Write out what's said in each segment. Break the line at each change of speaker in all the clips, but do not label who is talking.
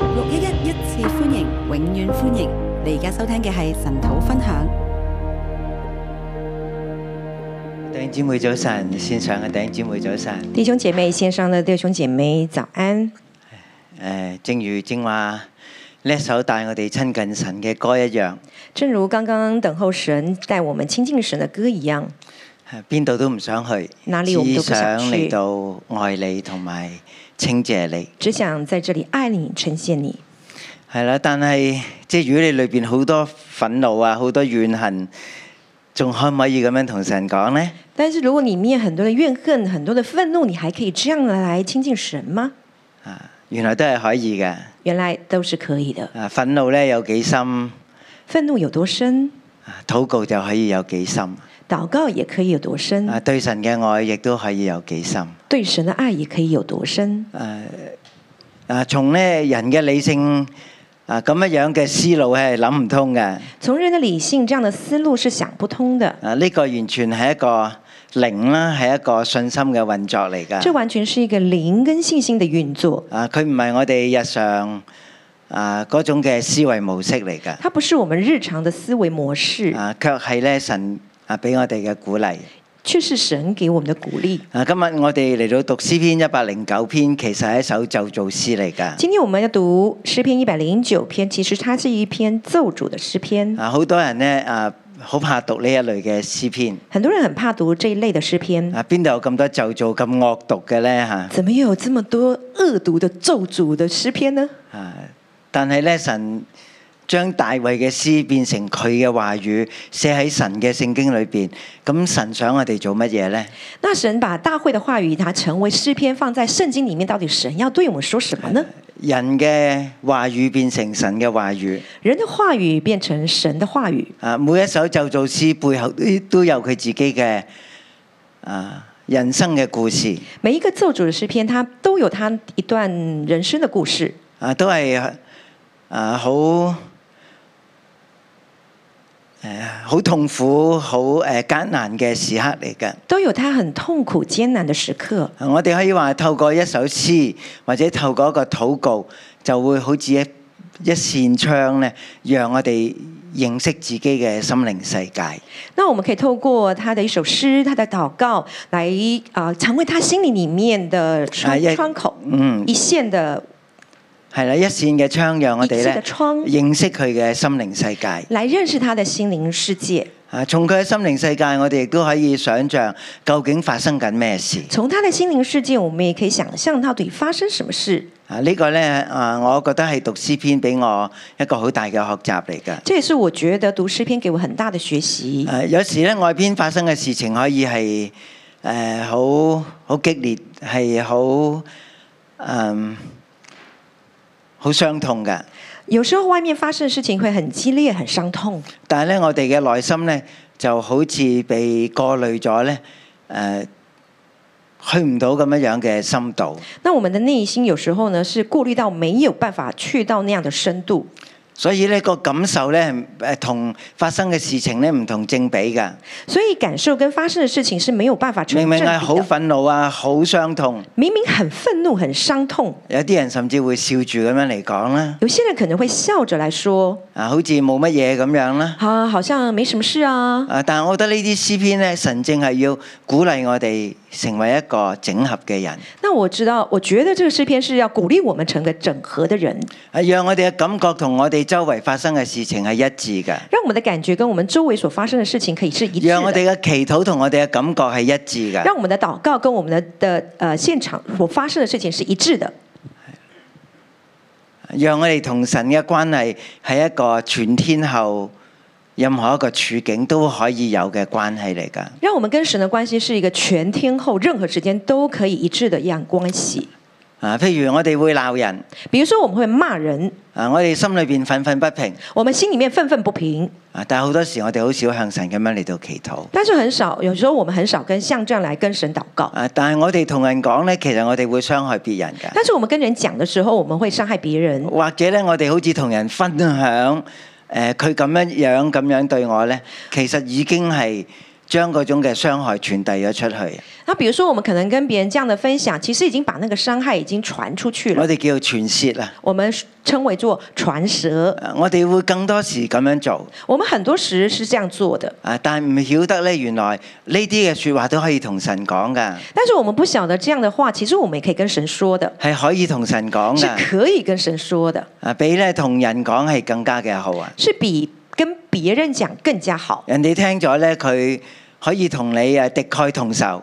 六一一一次歡迎，永遠歡迎！你而家收聽嘅係神土分享。
弟兄姊妹早晨，線上嘅弟兄姊妹早晨。
弟兄姐妹，線上的弟兄姐妹，早安！
誒、正如正話呢一首帶我哋親近神嘅歌一樣，
正如剛剛等候神帶我們親近神的歌一樣，
誒邊度都唔想去，
哪裡我們
只
都不
想
想
嚟
去
到愛你同埋稱謝你。
只想在這裡愛你、呈現你。
係啦，但係即係如果你裏邊好多憤怒啊，好多怨恨，仲可唔可以咁樣同神講呢？
但是如果裡面很多的怨恨、很多的憤怒，你還可以這樣的來親近神嗎？
啊，原來都係可以嘅。
原來都是可以的。
啊，憤怒咧有幾深，
憤怒有多深，
啊禱告就可以有幾深，
禱告也可以有多深，
啊對神嘅愛亦都可以有幾深。
對神的愛也可以有多深。
啊，從咧人嘅理性啊咁樣樣嘅思路係諗唔通嘅。
從人的理性，這樣的思路是想不通的。
啊，呢、個完全係一個靈啦，係一個信心嘅運作嚟
這
㗎。
完全是一個靈跟信心的運作，
啊，佢唔係我哋日常啊嗰種嘅思維模式嚟㗎。
它不是我們日常的思維模式，
啊，卻係咧神啊俾我哋嘅鼓勵。
卻是神給我們的鼓勵。
啊，今日我哋嚟到讀詩篇一百零九篇，其實係一首咒詛詩嚟㗎。
今天我們要讀詩篇一百零九篇，其實它是一篇奏主的詩篇。
啊，好多人咧啊，好怕讀呢一類嘅詩篇。
很多人很怕讀這一類的詩篇，
啊，邊度有咁多咒詛咁惡毒嘅咧嚇？
怎麼又有這麼多惡毒的咒詛的詩篇呢？
啊！但係咧，神將大衛嘅詩變成佢嘅話語，寫喺神嘅聖經裏邊。咁神想我哋做乜嘢呢？
那神把大會的話語，它成為詩篇，放在聖經裡面，到底神要對我們說什麼呢？
人嘅話語變成神嘅話語。
人的話語變成神的話語，
啊，每一首咒詛詩背後都都有佢自己嘅啊人生嘅故事。
每一個奏主的詩篇，它都有它一段人生的故事，
啊，都係啊好誒好痛苦、好誒艱難嘅時刻嚟㗎。
都有它很痛苦艱難的時刻。
啊我哋可以話透過一首詩或者透過一個禱告，就會好似一一扇窗咧，讓我哋認識自己嘅心靈世界。
那我們可以透過他的一首詩，他的禱告，來啊、呃成為他心裡裡面的窗、
啊一
窗口，
嗯
一線的，
係啦，一扇嘅窗讓我哋
一扇
咧
嘅窗
認識佢嘅心靈世界。
來認識他的心靈世界。
啊，從佢嘅心靈世界，我哋亦都可以想像究竟發生緊咩事。
從他的心靈世界，我們也可以想象到底發生什麼事。
啊，呢個咧啊，我覺得係讀詩篇俾我一個好大嘅學習嚟㗎。
這也是我覺得讀詩篇給我很大的學習
誒、。呃有時咧外邊發生嘅事情可以係誒好好激烈，係好嗯好傷痛嘅。
有時候外面發生的事情會很激烈、很傷痛，
但係咧，我哋嘅內心咧就好似被過濾咗咧誒，去唔到咁樣樣嘅深度，
那我們的內心有時候呢是過濾到沒有辦法去到那樣的深度，
所以咧個感受咧誒同發生嘅事情咧唔同正比㗎。
所以感受跟發生的事情是沒有辦法成
明明
正比
係好
的。
憤怒啊，好傷痛，
明明很憤怒、很傷痛。
有啲人甚至會笑住咁樣嚟講啦，
有些人可能會笑着來說
啊好似冇乜嘢咁樣啦。：“
啊，好像沒什麼事啊。
啊！但係我覺得呢啲詩篇咧，神正係要鼓勵我哋成為一個整合嘅人，”
那我知道，我覺得這個詩篇是要鼓勵我們成個整合的人，
啊，讓我哋嘅感覺同我哋周圍發生嘅事情係一致嘅，
讓我們的感覺跟我們周圍所發生的事情可以是一致
讓我
的，
哋嘅祈禱同我哋嘅感覺係一致嘅。
讓我們的禱告跟我們的的呃現場所發生的事情是一致的，
讓我哋同神嘅關係係一個全天候任何一個處境都可以有嘅關係嚟㗎。
讓我們跟神的關係是一個全天候、任何時間都可以一致的一樣關係。
啊，譬如我哋會鬧人，
比如說，我們會罵人，
啊，我哋心裏邊憤憤不平，
我們心裡面憤憤不平，
啊，但係好多時我哋好少向神咁樣嚟到祈禱。
但是很少，有時候我們很少跟像這樣來跟神禱告。
啊，但係我哋同人講呢，其實我哋會傷害別人㗎。
但是我們跟人講的時候，我們會傷害別人。
或者咧，我哋好似同人分呃享，誒佢咁樣樣咁樣對我咧，其實已經係將嗰種嘅傷害傳遞咗出去。
那比如说，我们可能跟别人这样的分享，其实已经把那个伤害已经传出去
我
了，
哋叫傳泄啊！
我们称为做传舌。
啊我哋會更多時咁樣做
我们很多时是这样做的，
啊，但唔曉得呢，原來呢啲嘅説話都可以同神講噶，
但是我们不晓得这样的话，其实我们也可以跟神说的，
係可以同神講
是
噶。
可以跟神说的，
啊，比咧同人講係更加嘅好啊！
是比跟别人讲更加好。
人哋聽咗咧，佢可以同你啊敵忾同仇，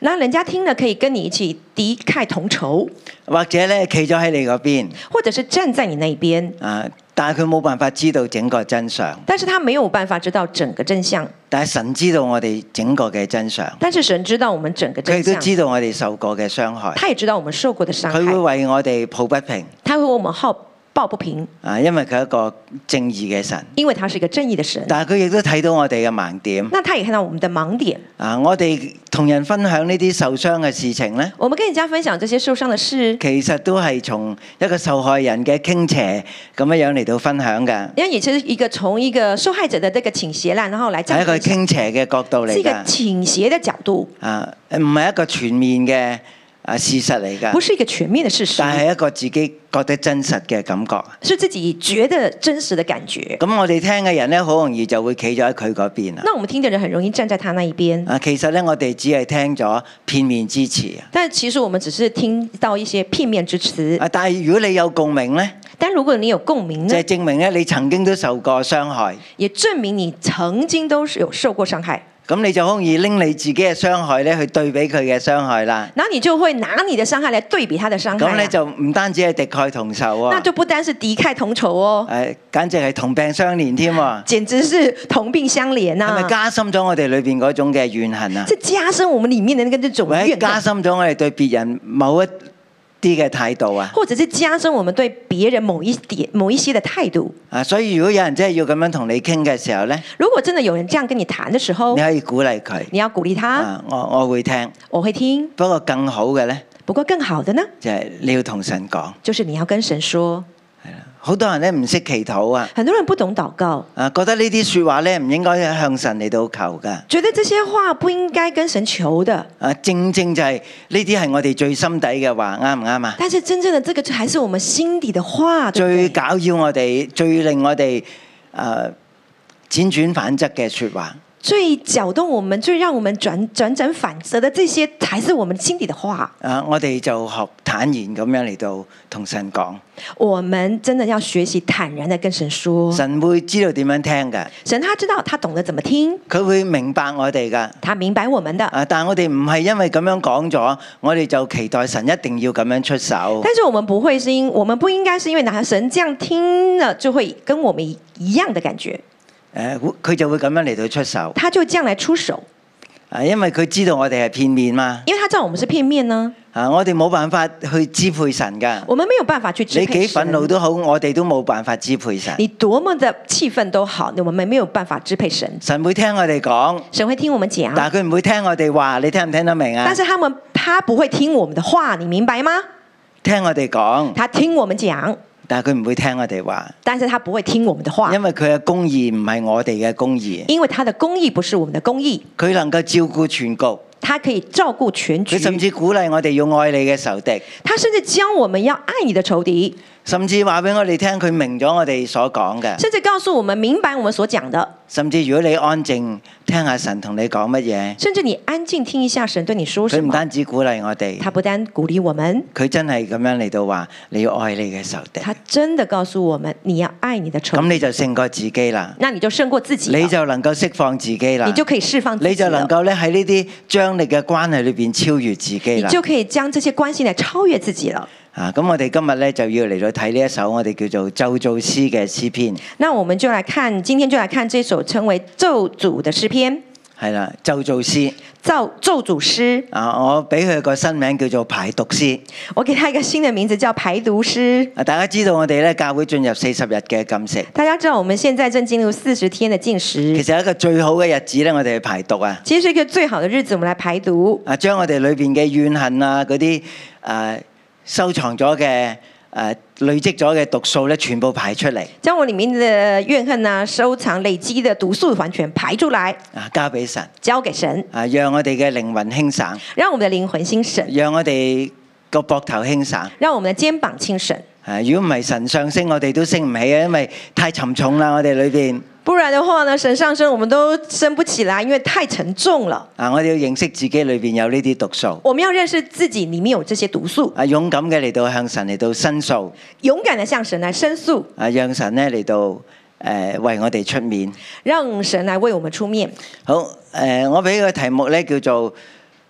那人家听了可以跟你一起敌忾同仇，
或者咧企咗喺你嗰邊
或者是站在你那边，
啊，但係佢冇辦法知道整個真相。
但是他没有办法知道整个真相，
但係神知道我哋整個嘅真相，
但是神知道我们整个
佢
真
亦都
相，
知道我哋受過嘅傷害，
他也知道我们受过的伤
佢會
害，
為我哋抱不平
他会为我们好抱不平，
啊，因為佢係一個正義嘅神。
因为他是一个正义的神。
但係佢亦都睇到我哋嘅盲點
那他也看到我们的盲点。
啊！我哋同人分享呢啲受傷嘅事情呢，
我们跟人家分享这些受伤的事，
其實都係從一個受害人嘅傾斜咁樣樣嚟到分享㗎，
因为也是一个从一个受害者的这个倾斜啦，然后来这
係
样
一個
分享
傾斜嘅角度嚟
是一个
㗎。
倾斜的角度，
啊，唔係一個全面嘅啊事實嚟
不
㗎，
是一个全面的事实，
但係一個自己覺得真實嘅感覺。
是自己觉得真实的感觉。
咁我哋聽嘅人呢，好容易就會企咗喺佢嗰邊啦。
那我们听的人很容易站在他那一边，
啊，其實呢，我哋只係聽咗片面之詞啊。
但其实我们只是听到一些片面之词。
啊，但係如果你有共鳴呢，
但如果你有共鸣
就
呢
係，證明咧你曾經都受過傷害。
也证明你曾经都是有受过伤害，
咁你就好容易拎你自己嘅傷害咧去對比佢嘅傷害啦。
那你就会拿你的傷害来对比他的傷害啊、
咁你就唔單止係敵忾同仇
那
喎，
就不单是敌忾同仇哦，
誒，簡直係同病相憐添喎。
简直是同病相怜呐、
係咪加深咗我哋裏邊嗰種嘅怨恨啊？
这加深我们里面的那个这种
或者
怨
加
恨，
深咗我哋對別人某一啲嘅態度啊？
或者是加深我们对別人某一点、某一些的态度。
啊，所以如果有人真係要咁樣同你傾嘅時候咧，
如果真的有人这样跟你談的时候
你，可以鼓勵佢。
你要鼓励他，
啊，我我會聽。
我会听。
不過更好嘅咧，
不过更好的呢，
就係你要同神講。
就是你要跟神说。
好多人咧唔識祈禱啊，
很多人不懂禱告，
啊覺得呢啲説話咧唔應該向神嚟到求㗎。
觉得这些话不应该跟神求的。
啊，正正就係呢啲係我哋最心底嘅話，啱唔啱啊？
但是真正的这个就还是我们心底的话，对
最
不
搞
对？
擾我哋，最令我哋誒輾轉反側嘅説話。
最搅动我们、最让我们转转转反折的这些，才是我们心底的话。
啊，我哋就學坦然咁樣嚟到同神講，
我们真的要学习坦然的跟神说。
神會知道點樣聽㗎，
神他知道，他懂得怎么听，
佢會明白我哋㗎。
他明白我们的。
啊！但我哋唔係因為咁樣講咗，我哋就期待神一定要咁樣出手。
但是我们不会是因，我们不应该是因为拿神这样听了就会跟我们一一样的感觉，
誒，佢就會咁樣嚟到出手。
他就这样来出手，
啊，因為佢知道我哋係片面嘛。
因为他知道我们是片面呢，
啊，我哋冇辦法去支配神㗎。
我们没有办法去支
你
配
幾憤
神。
怒都好，我哋都冇辦法支配神。
你多么的气愤都好，我们没有办法支配神，
神會聽我哋講，
神会听我们讲，
但係佢唔會聽我哋話。你聽唔聽得明啊
但？是他们他不会听我们的话，你明白吗？
聽我哋講，
他听我们讲，
但係佢唔會聽我哋話，
但是他不会听我们的话，
因為佢嘅公義唔係我哋嘅公義。
因为他的公义不是我们的公义，
佢能夠照顧全局，
他可以照顾全局
佢，甚至鼓勵我哋要愛你嘅仇敵，
他甚至教我们要爱你的仇敌，
甚至話俾我哋聽，佢明咗我哋所講嘅。
甚至告诉我们明白我们所讲的。
甚至如果你安靜聽下神同你講乜嘢，
甚至你安靜聽一下神對你說
佢
什
唔
麼。
單止鼓勵我哋，
他不单鼓勵我們，
佢真係咁樣嚟到話你要愛你嘅仇敵，
他真的告訴我們你要愛你的仇
咁你就勝過自己啦。
那你就勝過自己了
你就能夠釋放自己啦，
你就可以釋放自己
你就
了
能夠咧喺呢啲張力嘅關係裏邊超越自己
你
啦。
就可以將這些關係來超越自己了。
啊，咁我哋今日咧就要嚟到睇呢一首我哋叫做咒造詩嘅詩篇，
那我們就來看，今天就來看這首稱為咒詛的詩篇，
係啦，咒造詩
咒咒詛詩。
啊，我俾佢個新名叫做排毒詩。
我給他一個新的名字叫排毒詩。
啊，大家知道我哋咧教會進入四十日嘅禁食，
大家知道我們現在正進入四十天的禁
其
食，
實一個最好嘅日子咧，我哋去排毒啊，
其實是一個最好的日子，我們來排毒，
啊啊，將我哋裏邊嘅怨恨啊，嗰啲誒收藏咗嘅誒呃累積咗嘅毒素咧，全部排出嚟
将我里面的怨恨呐、收藏累积的毒素完全排出来，
啊，交俾神
交给神，
啊，讓我哋嘅靈魂輕省，
让我们的灵魂兴盛，
讓我哋個膊頭輕省。
让我们的肩膀轻省。
啊，如果唔係神上升，我哋都升唔起啊，因為太沉重啦，我哋裏邊
不然的话呢，神上升我们都升不起來，因為太沉重了。
啊，我哋要認識自己裏邊有呢啲毒素。
我们要認識自己里面有這些毒素，
啊，勇敢嘅嚟到向神嚟到申訴，
勇敢的向神來申訴，
啊，讓神咧嚟到诶、呃、為我哋出面。
讓神來為我們出面。
好，诶、我俾個題目咧叫做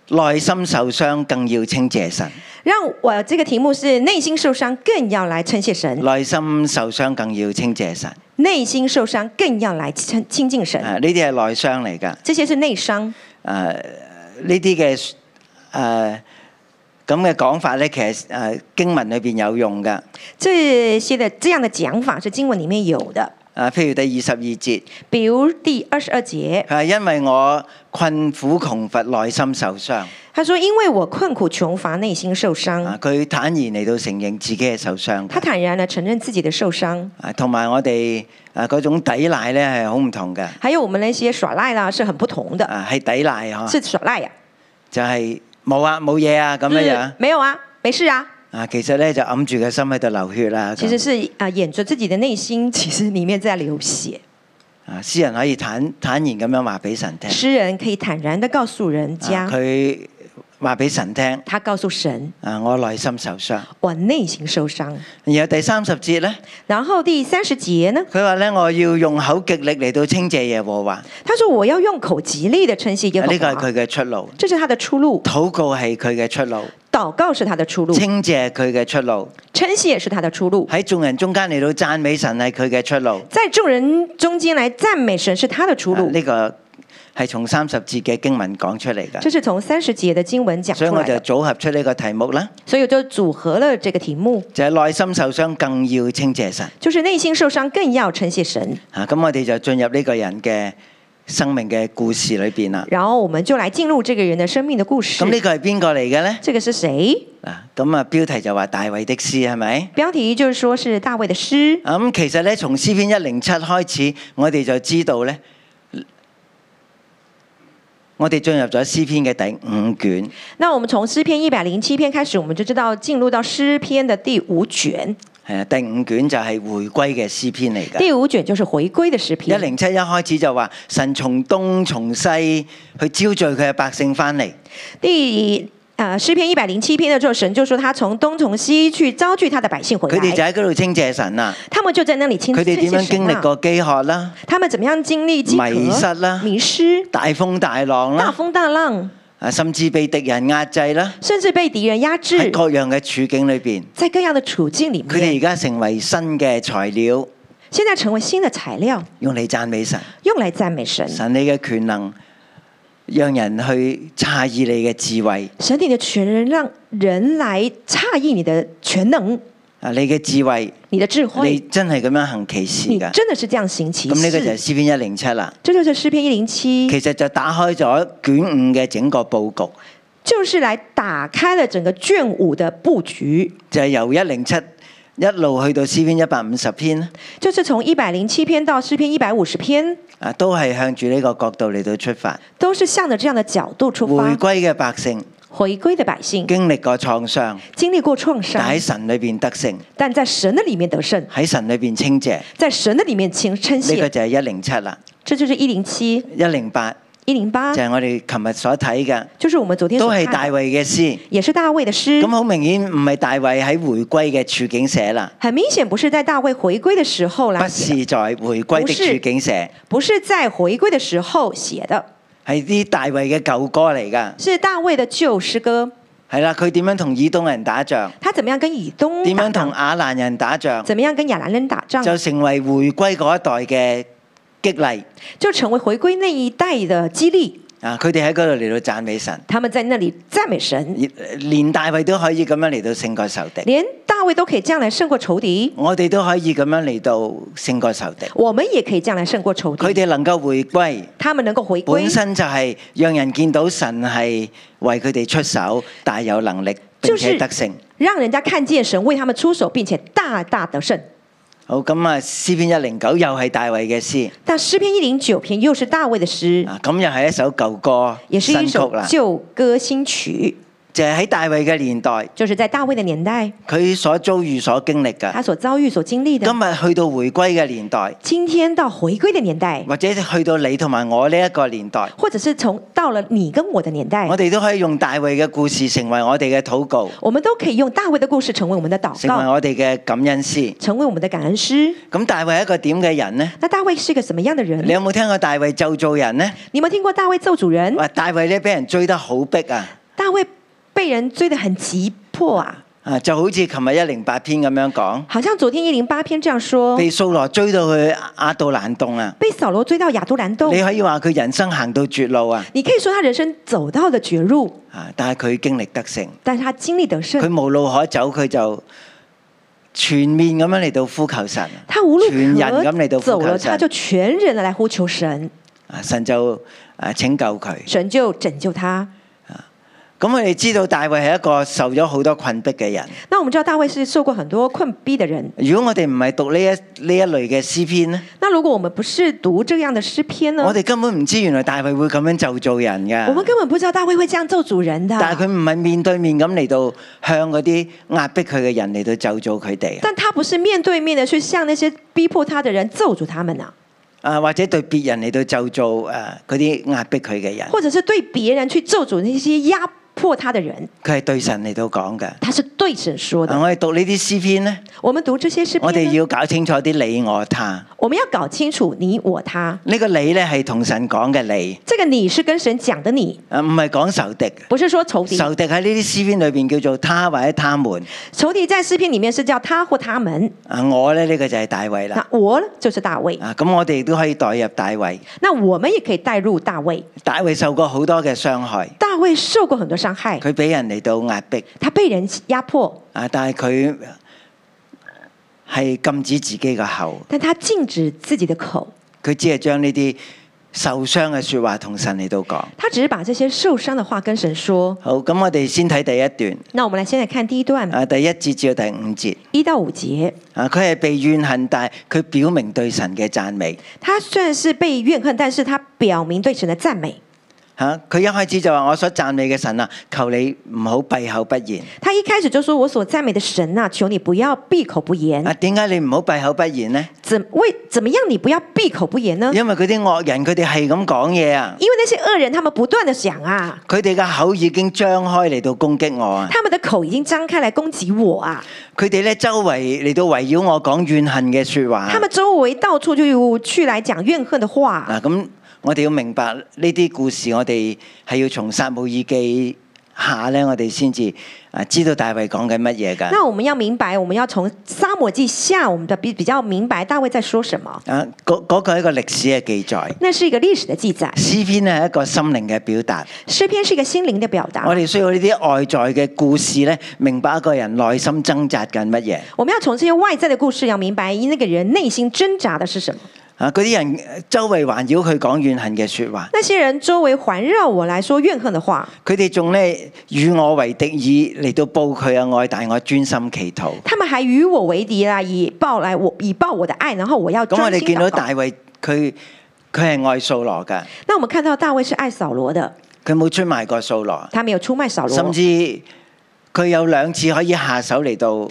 內心受傷更要稱謝神，
让我这个題目是內心受傷更要來稱謝神，
內心受傷更要稱謝神。
內心受傷更要來親親近神。
啊，呢啲係內傷嚟㗎。
這些是內傷，
啊，呢啲嘅诶咁嘅講法咧，其實诶、呃、經文裏邊有用㗎。
這些的這樣的講法是經文裡面有的。
啊，譬如第二十二節，
比如第二十二節，
佢話因為我困苦窮乏，內心受傷。
他說：“因為我困苦窮乏，內心受傷。
啊，佢坦然嚟到承認自己係受傷”
他
嘅。
坦然地承認自己的受傷。
啊，同埋我哋啊嗰種抵賴咧係好唔同嘅。
还有我们那些耍赖啦是很不同的，
啊，係抵賴呵，
是耍賴呀、
就係、冇啊冇嘢啊咁
就
樣
是
樣。
没有啊，没事啊，
啊，其實咧就揞住個心喺度流血啦。咁
其實是啊、呃掩着自己的內心， 其實里面在流血。
啊，詩人可以坦坦然咁樣話俾神聽。
诗人可以坦然的告訴人
啊
家，
佢話俾神聽。
他告訴神，
啊，我內心受傷。
我內心受傷。
然後第三十節咧，
然後第三十節呢，
佢話咧我要用口極力嚟到稱謝耶和華，啊
他說我要用口極力的稱謝耶
呢個係
和華，
佢嘅出路。
這是他的出路，
禱告係佢嘅出路，
禱告是他的出路，
稱謝佢嘅出路，
稱謝是他的出路，
喺眾人中間嚟到讚美神係佢嘅出路。
在眾人中間來讚美神是他的出
啊
路。
呢、個係從三十節嘅經文講出嚟
這
㗎，
是從三十節的經文講
所以
出
我
來
就
的，
組合出呢個題目啦，
所以我就組合了這個題目。
就係、內心受傷更要稱謝神。
就是内心受傷更要稱謝神。
啊，咁我哋就進入呢個人嘅生命嘅故事裏邊啦。
然後我們就來進入這個人的生命的故事
咁。呢個係邊個嚟嘅呢？
這個是誰？
嗱，咁啊標題就話大衛的詩係咪？啊
標題就是說是大衛的詩。
咁、其實咧，從詩篇一零七開始，我哋就知道咧，我哋進入咗詩篇嘅第五卷。
那我們從詩篇一百零七篇開始，我們就知道進入到詩篇的第五卷。
係啊，第五卷就係回歸嘅詩篇嚟㗎。
第五卷就是回歸的詩
一
篇。
零七一開始就話神從東從西去招聚佢嘅百姓翻嚟，
第啊、詩篇一百零七篇的時候，神就說他從東從西去招聚他的百姓回
佢哋就
來。
喺嗰度稱謝神啦。
他們就在那裡親
佢哋點樣經歷？
稱謝神啊
過飢渴啦、
他們怎麼樣經歷飢
迷失
渴、
啦、
迷失、
大風大浪
大
啦，
風大浪，
啊甚至被敵人壓制啦，
甚至被敵人壓
喺
制？
各樣嘅處境裏邊，
在各樣的處境裡
佢哋而
面，
家成為新嘅材料。
現在成為新的材料，
用嚟讚美神，
用來讚美神。
神你嘅權能，讓人去詫異你嘅智慧。
神你的全能讓人來詫異你的全能，
啊，你嘅智慧，
你的智
你
慧，
真係咁樣行奇事
你
㗎。
真的是這樣行奇
咁呢個就係
事。
詩篇一零七啦。
這就是詩篇一零七，
其實就打開咗卷五嘅整個佈局，
就是來打開了整個卷五的布局，
就係由一零七一路去到詩篇一百五十篇，
就是從一百零七篇到詩篇一百五十篇，
啊，都係向住呢個角度嚟到出發。
都是向着這樣的角度出
回
發。
歸嘅百姓
回歸的百姓
經歷過創傷，
經歷過創
但喺
傷，
神裏邊得勝，
但在神的裡面得勝，
喺神裏邊稱謝。呢、
在神的裡面稱稱
個
謝。
就係一零七啦，
這就是一零七、
一零八
一零八
就。係我哋琴日所睇嘅。
啊就是嗯我們昨天所
都係
看
大
的，
衛嘅詩。
也是大衛的詩
咁。好明顯唔係大衛喺回歸嘅處境寫啦，
很明顯不是在大衛回歸的時候
不
啦，
是在回歸的處境寫，
不是在回歸的時候寫的，
係啲大衛嘅舊歌嚟㗎。
是大衛的舊詩歌。
係啦，佢點樣同以東人打仗，
他怎麼樣跟以東
點樣
打
同
仗？
亞蘭人打仗，
怎麼樣跟亞蘭人打仗？
就成為回歸嗰一代嘅激勵。
就成為回歸那一代的激勵。
啊！佢哋喺嗰度嚟到讚美神，
他們在那裡讚美神，
而連大衛都可以咁樣嚟到勝過仇敵，
連大衛都可以這樣來勝過仇敵，
我哋都可以咁樣嚟到勝過仇敵。
我們也可以這樣來勝過仇
佢
敵。
哋能夠回歸。
他們能夠回
本
歸，
身就係讓人見到神係為佢哋出手，大有能力，並
就是
且得勝。
让人家看见神为他们出手，并且大大得胜。
好咁啊，詩篇一零九又係大衛嘅詩
但诗篇一零九篇又是大卫的詩，
啊，咁又係一首舊歌
也是
新
一
曲
首
啦。
旧歌新曲，
就係喺大衛嘅年代，
就是在大卫的年代，
佢所遭遇、所經歷嘅。
他所遭遇、所经历
今
的。
日去到回歸嘅年代，
今天到回归的年代，
或者去到你同埋我呢一個年代，
或者是从到了你跟我的年代
我，哋都可以用大衛嘅故事成為我哋嘅禱告，
我們都可以用大卫的故事成为我们的祷
成為
告，
我哋嘅感恩詩。
成为我们的感恩诗。
咁大衛係一個點嘅人呢？
那大卫是个什么样的
你
人？
有冇聽過大衛咒造人呢？
你有没有听过大卫咒主人？
話大衛咧俾人追得好逼啊！
大卫被人追得很急迫啊，
啊，就好似琴日一零八篇咁樣講，
好像昨天一零八篇这樣说，
被掃羅追到去亞杜蘭洞啊！
被扫罗追到亚都兰洞
你。可以話佢人生行到絕路啊！
你可以说他人生走到了绝路，
啊，但係佢經歷得勝，
但是他经历得胜，
佢無路可走，佢就全面咁樣嚟到呼求神
他无路
全人咁嚟到
可
呼求
走了，
神
他就全人的来呼求神，
啊！神就啊拯救佢。
神就拯救他。
咁我哋知道大衛係一個受咗好多困迫嘅人。
那我们知道大卫是受过很多困逼的人，
如果我哋唔係讀呢一呢一類嘅詩篇呢，
那如果我们不是读这样的诗篇呢，
我哋根本唔知原來大衛會咁樣就做人
嗯我们
㗎。
根本不知道大卫会这样咒主人的。啊
但係佢唔係面對面咁嚟到向嗰啲壓迫佢嘅人嚟到就做佢哋
但他不是面对面的去向那些逼迫他的人咒住他们呐、
啊，或者對別人嚟到就做誒嗰啲壓迫佢嘅人，
或者是对别人去咒诅那些压迫他的人，
佢係對神嚟到講嘅。
他是对神说
啊
的。
我哋讀呢啲詩篇呢，
我们读这些诗
我
篇
哋
呢，
要搞清楚啲你我他。
我们要搞清楚你我他。
呢、個你呢，係同神講嘅你，
这个你是跟神讲的你，
啊唔係講仇敵。
不是说仇敌。
仇敵喺呢啲詩篇裏邊叫做他或者他們。
仇敌在诗篇里面是叫他或他们，
啊，我咧呢、個就係大衛啦。
那我呢就是大卫。
啊，咁我哋都可以代入大衛。
那我们也可以带入大卫。
大衛受過好多嘅傷害，
大衛受过很多伤害，
佢俾人嚟到壓迫。
他被人压迫，
啊，但係佢係禁止自己嘅口，
但他禁止自己的口，
佢只係將呢啲受傷嘅説話同神嚟到講。
他只是把这些受傷的话跟神说。
好，咁我哋先睇第一段，
那我们来先来看第一段
啊，第一節至到第五節。
一到五节，
啊！佢係被怨恨，但係佢表明對神嘅讚美。
他虽然是被怨恨，但是他表明对神的赞美。
嚇、啊佢一開始就話：我所讚美嘅神啊，求你唔好閉口不言。
他一开始就说：“我所赞美的神呐、求你不要闭口不言
啊，。點解你唔好閉口不言呢？
怎为怎么样？你不要闭口不言呢？
因為嗰啲惡人佢哋係咁講嘢啊，
因为那些恶人他们不断的讲啊，
佢哋嘅口已經張開嚟到攻擊我啊，
他们的口已经张開来攻擊我啊！
佢哋咧周圍嚟到圍繞我講怨恨嘅説話啊。
他们周圍到處就去來講怨恨的話。
嗱，咁我哋要明白呢啲故事，我哋係要從撒母耳記下咧，我哋先至啊知道大衛講緊乜嘢㗎。
那我們要明白，我們要從沙漠記下，我們的比比較明白大衛在說什麼。
啊，嗰嗰個係一個歷史嘅記載，
那是一個歷史的記載，
詩篇咧係一個心靈嘅表達。
詩篇是一個心靈的表
我
達。
哋需要呢啲外在嘅故事咧，明白一個人內心掙扎緊乜嘢。
我們要從這些外在的故事，要明白那個人內心掙扎的是什麼。
啊，嗰啲人周圍環繞佢講怨恨嘅説話，
那些人周圍環繞我來說怨恨的話，
佢哋仲咧與我為敵意嚟到報佢嘅愛，但係我專心祈禱。
他們還與我為敵啦，以報來我以報我的愛，然後我要
咁我
專
哋
心
見
禱
到
告
大。衛佢佢係愛掃羅㗎。
那我們看到大衛是愛掃羅的，
佢冇出賣過掃羅，
他沒有出賣掃羅，
甚至佢有兩次可以下手嚟到誒、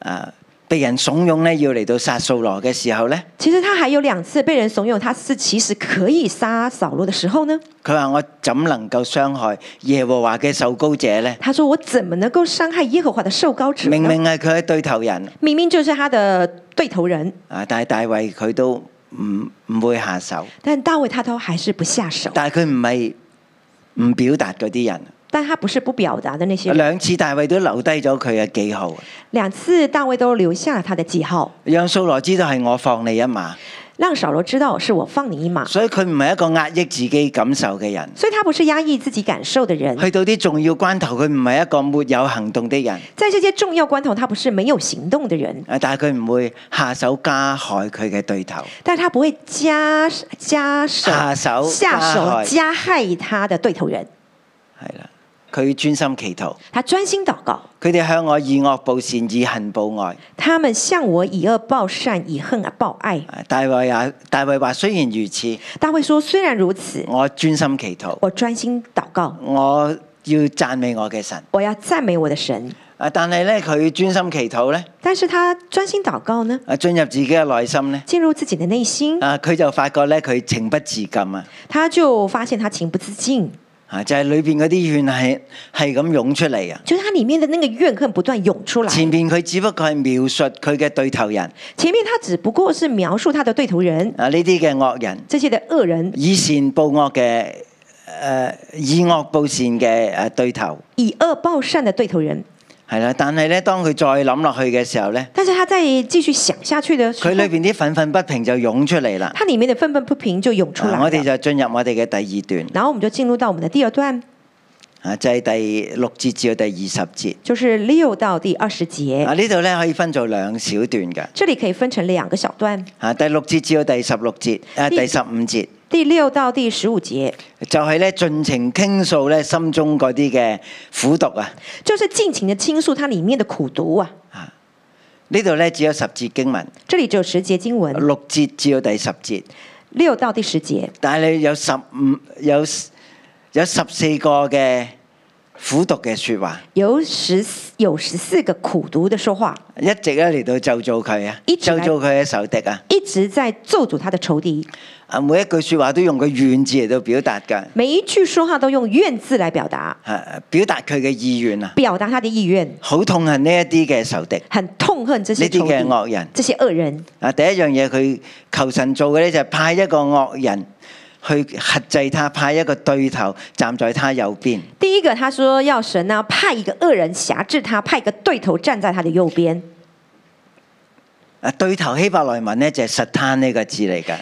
呃被人慫恿咧，要嚟到殺掃羅嘅時候咧，
其实他还有两次被人怂恿，他是其实可以杀扫罗的时候呢，
佢話：我怎能夠傷害耶和華嘅受高者咧？
他说：“我怎么能够伤害耶和华的受膏者呢？
明明係佢嘅對頭人
明明就是他的对头人，
啊，但係大衛佢都唔唔會下手，
但大卫他都还是不下手。
但係佢唔係唔表達嗰啲人，
但他不是不啊表达的那些人，
兩次大衛都留低咗佢嘅記號，
两次大衛都留下了他的记号，
讓掃羅知道係我放你一馬，
让扫罗知道是我放你一马。
所以佢唔係一個壓抑自己感受嘅人。
所以他不是压抑自己感受的人，
去到啲重要關頭，佢唔係一個沒有行動的人，
在这些重要关头，他不是没有行动的人，
啊但係佢唔會下手加害佢嘅對頭，
但他不会加加手
下手
下
加害
手加害他的对头人。
係啦。佢專心祈禱。
他专心祷告，
佢哋向我以惡報善，以恨報愛。
他们向我以恶报善，以恨报爱。
啊大衛也大衛話：雖然如此，
大卫说：虽然如此，
我專心祈禱，
我专心祷告，
我要讚美我嘅神。
我要赞美我的神。
啊，但係咧，佢專心祈禱咧，
但是他专心祷告呢，
啊，進入自己嘅內心咧，
进入自己的内心，
啊，佢就發覺咧，佢情不自禁啊，
他就发现他情不自禁，
啊，就係裏边嗰啲怨係係咁湧出嚟啊。
就是他里面的那个怨恨不断涌出来。
前边佢只不過係描述佢嘅對頭人
前面他只不过是描述他的对头人，
啊，呢啲嘅惡人，
这些的恶人，
以善報惡嘅，诶、以惡報善嘅啊诶对头，
以恶报善的对头人。
係啦。但係咧，當佢再諗落去嘅時候咧，
但是他再继续想下去的时
佢裏
候，
边啲憤憤不平就湧出嚟啦。
他里面的愤愤不平就涌出来
啊
了。
我哋就進入我哋嘅第二段
然后我们就进入到我们的第二段，
啊，就係第六節至到第二十節
就是六到第二十节
啊。。呢度咧可以分做兩小段嘅
这里可以分成两个小段，
啊，第六節至到第十六節啊，
呢
第十五節
第六到第十五节
就係咧盡情傾訴咧心中嗰啲嘅苦毒啊。
就是尽情的倾诉它里面的苦毒啊。
呢度咧只有十節經文，
这里只有十节经文，
六節至到第十節，
六到第十节，
但係你有十五有有十四個嘅苦毒嘅説話，
有十四有十四个苦毒的说话，
一直咧嚟到咒做佢啊，
一直
咒
嚟
做佢嘅仇敵啊，
一直在咒诅他的仇敌，
啊每一句説話都用個怨字嚟到表達㗎。
每一句说話都用怨字来表达，
啊表達佢嘅意願啊，
表达他的意愿，
好痛恨呢一啲嘅仇敵，
很痛恨这些
呢啲
仇
嘅
敌，
惡人。
这些恶人。
啊，第一樣嘢佢求神做嘅呢，就係派一個惡人去克制他，派一個對頭站在他右邊。
第一个，他说要神呢、派一个恶人辖制他，派一个对头站在他的右边。
啊，對頭希伯來文呢，就係、實攤呢個字嚟㗎。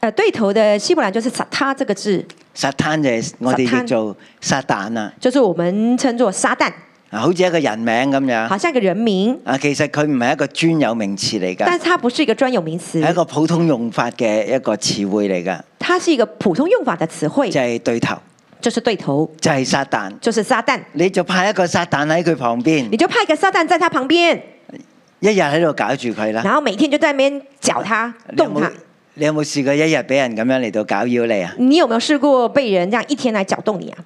呃，对头的希伯来就是撒他這個字，
實攤就係我哋
撒攤
譯做撒旦啊，
就是我們稱作撒旦，
啊好似一個人名咁樣。
好像一個人名，
啊，其實佢唔係一個專有名詞嚟
但
㗎，
是它不是一個專有名詞
係一，個普通用法嘅一個詞彙嚟㗎，
它是一個普通用法的詞
就
彙，
係、對頭，
就是對頭，
就係、撒旦。
就是撒旦。
你就派一個撒旦喺佢旁邊。
你就派一個撒旦在他旁邊，
一日喺度搞住佢啦。
然後每天就在那邊搅他、
你有
動
冇
他。
你有冇試過一日俾人咁樣嚟到搞擾你啊？
你有沒有試過被人這樣一天來攪動你啊？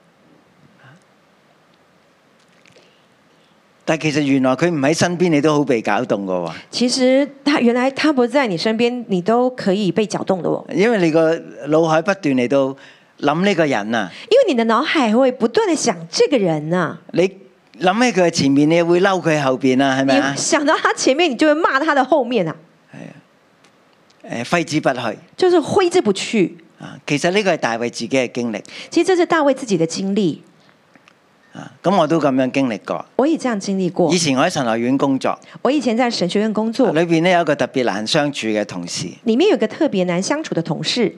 但其實原來佢唔喺身邊，你都好被搞動噶喎。
其實他原來他不在你身邊，你都可以被攪動的哦，
因為你個腦海不斷嚟到諗呢個人啊，
因為你的腦海會不斷的想這個人啊呐、
你諗起佢嘅前面，你會嬲佢後邊啊，係咪啊
你？想到他前面，你就會罵他的後面啊，
誒揮之不去
就是揮之不去。
啊！其實呢個係大衛自己嘅經歷
其實這是大衛自己的經歷，
啊，咁我都咁樣經歷過。
我也這樣經歷過
以。前我喺神學院工作，
我以前在神學院工作，
裏邊咧有一個特別難相處嘅同事。
裡面有一個特別難相處的同事。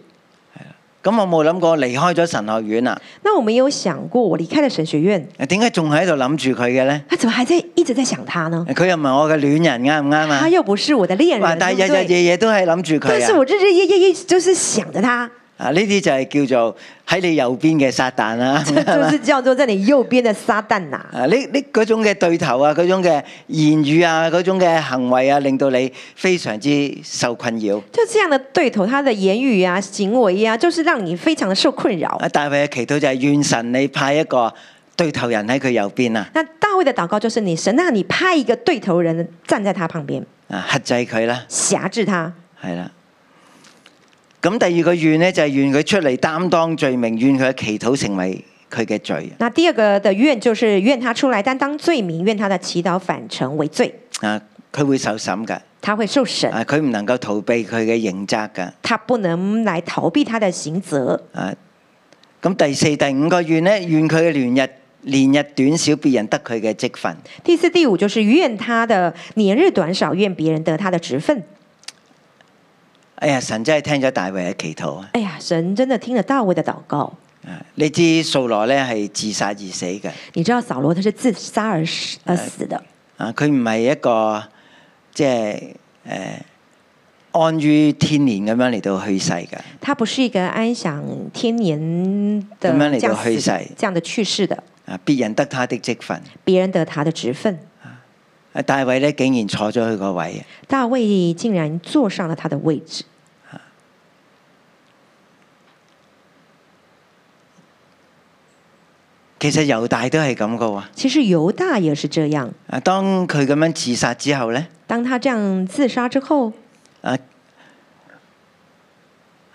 咁我冇諗過離開咗神學院啦，
那我沒有想過，我離開了神學院，
點解仲喺度諗住佢嘅呢？
他怎麼還在一直在想他呢？
佢又唔係我嘅戀人，啱唔啱
他
啊？
又不是我的戀
哇！
人，
但係
對
日
不
日
對？
夜夜都係諗住
但是
佢
我
啊！
日日夜夜就是想 着他，
啊，呢啲就係叫做喺你右邊嘅撒旦 啦、
这就是叫做在你右邊的撒旦呐、
啊！呢呢嗰種嘅對頭啊，嗰種嘅言語啊，嗰種嘅行為啊，令到你非常之受困擾。
就這樣的對頭，他的言語啊、行為啊，就是讓你非常的受困擾。
啊，大衛嘅祈禱就係願神你派一個對頭人喺佢右邊啊，
那大衛的禱告就是：你神啊，你派一個對頭人站在他旁邊，
啊克制佢啦，
轄制他。
係啦。咁第二個願呢，就係、願佢出嚟擔當罪名，願佢嘅祈禱成為佢嘅罪
那第二個的願就是願他出來擔當罪名，願他的祈禱反成為罪，
啊，佢會受審㗎。
他會受審，
啊，佢唔能夠逃避佢嘅刑責㗎。
他不能來逃避他的刑責。
啊，咁第四、第五個願呢，願佢嘅連日連日短少，別人得佢嘅積分。
第四、第五就是願他的年日短少，願別人得他的職分。
哎呀，神真係聽咗大衛嘅祈禱啊！
哎呀，神真的聽了大衛的禱告。
啊你知掃羅呢係自殺而死嘅，
你知道掃羅他是自殺而死而死的，
啊，佢唔係一個即係誒安於天年咁樣嚟到去世嘅，
他不是一個安享天年的
咁樣嚟
這
到
樣
去
死
世
這樣的去世的。
啊，別人得他的職分。
别人得他的职分。
啊，大衛咧竟然坐咗佢個位，
大卫竟然坐上了他的位置，
其實猶大都係咁噶喎。
其实犹大也是这样。
啊，當佢咁樣自殺之後咧，
当他这样自杀之后，
啊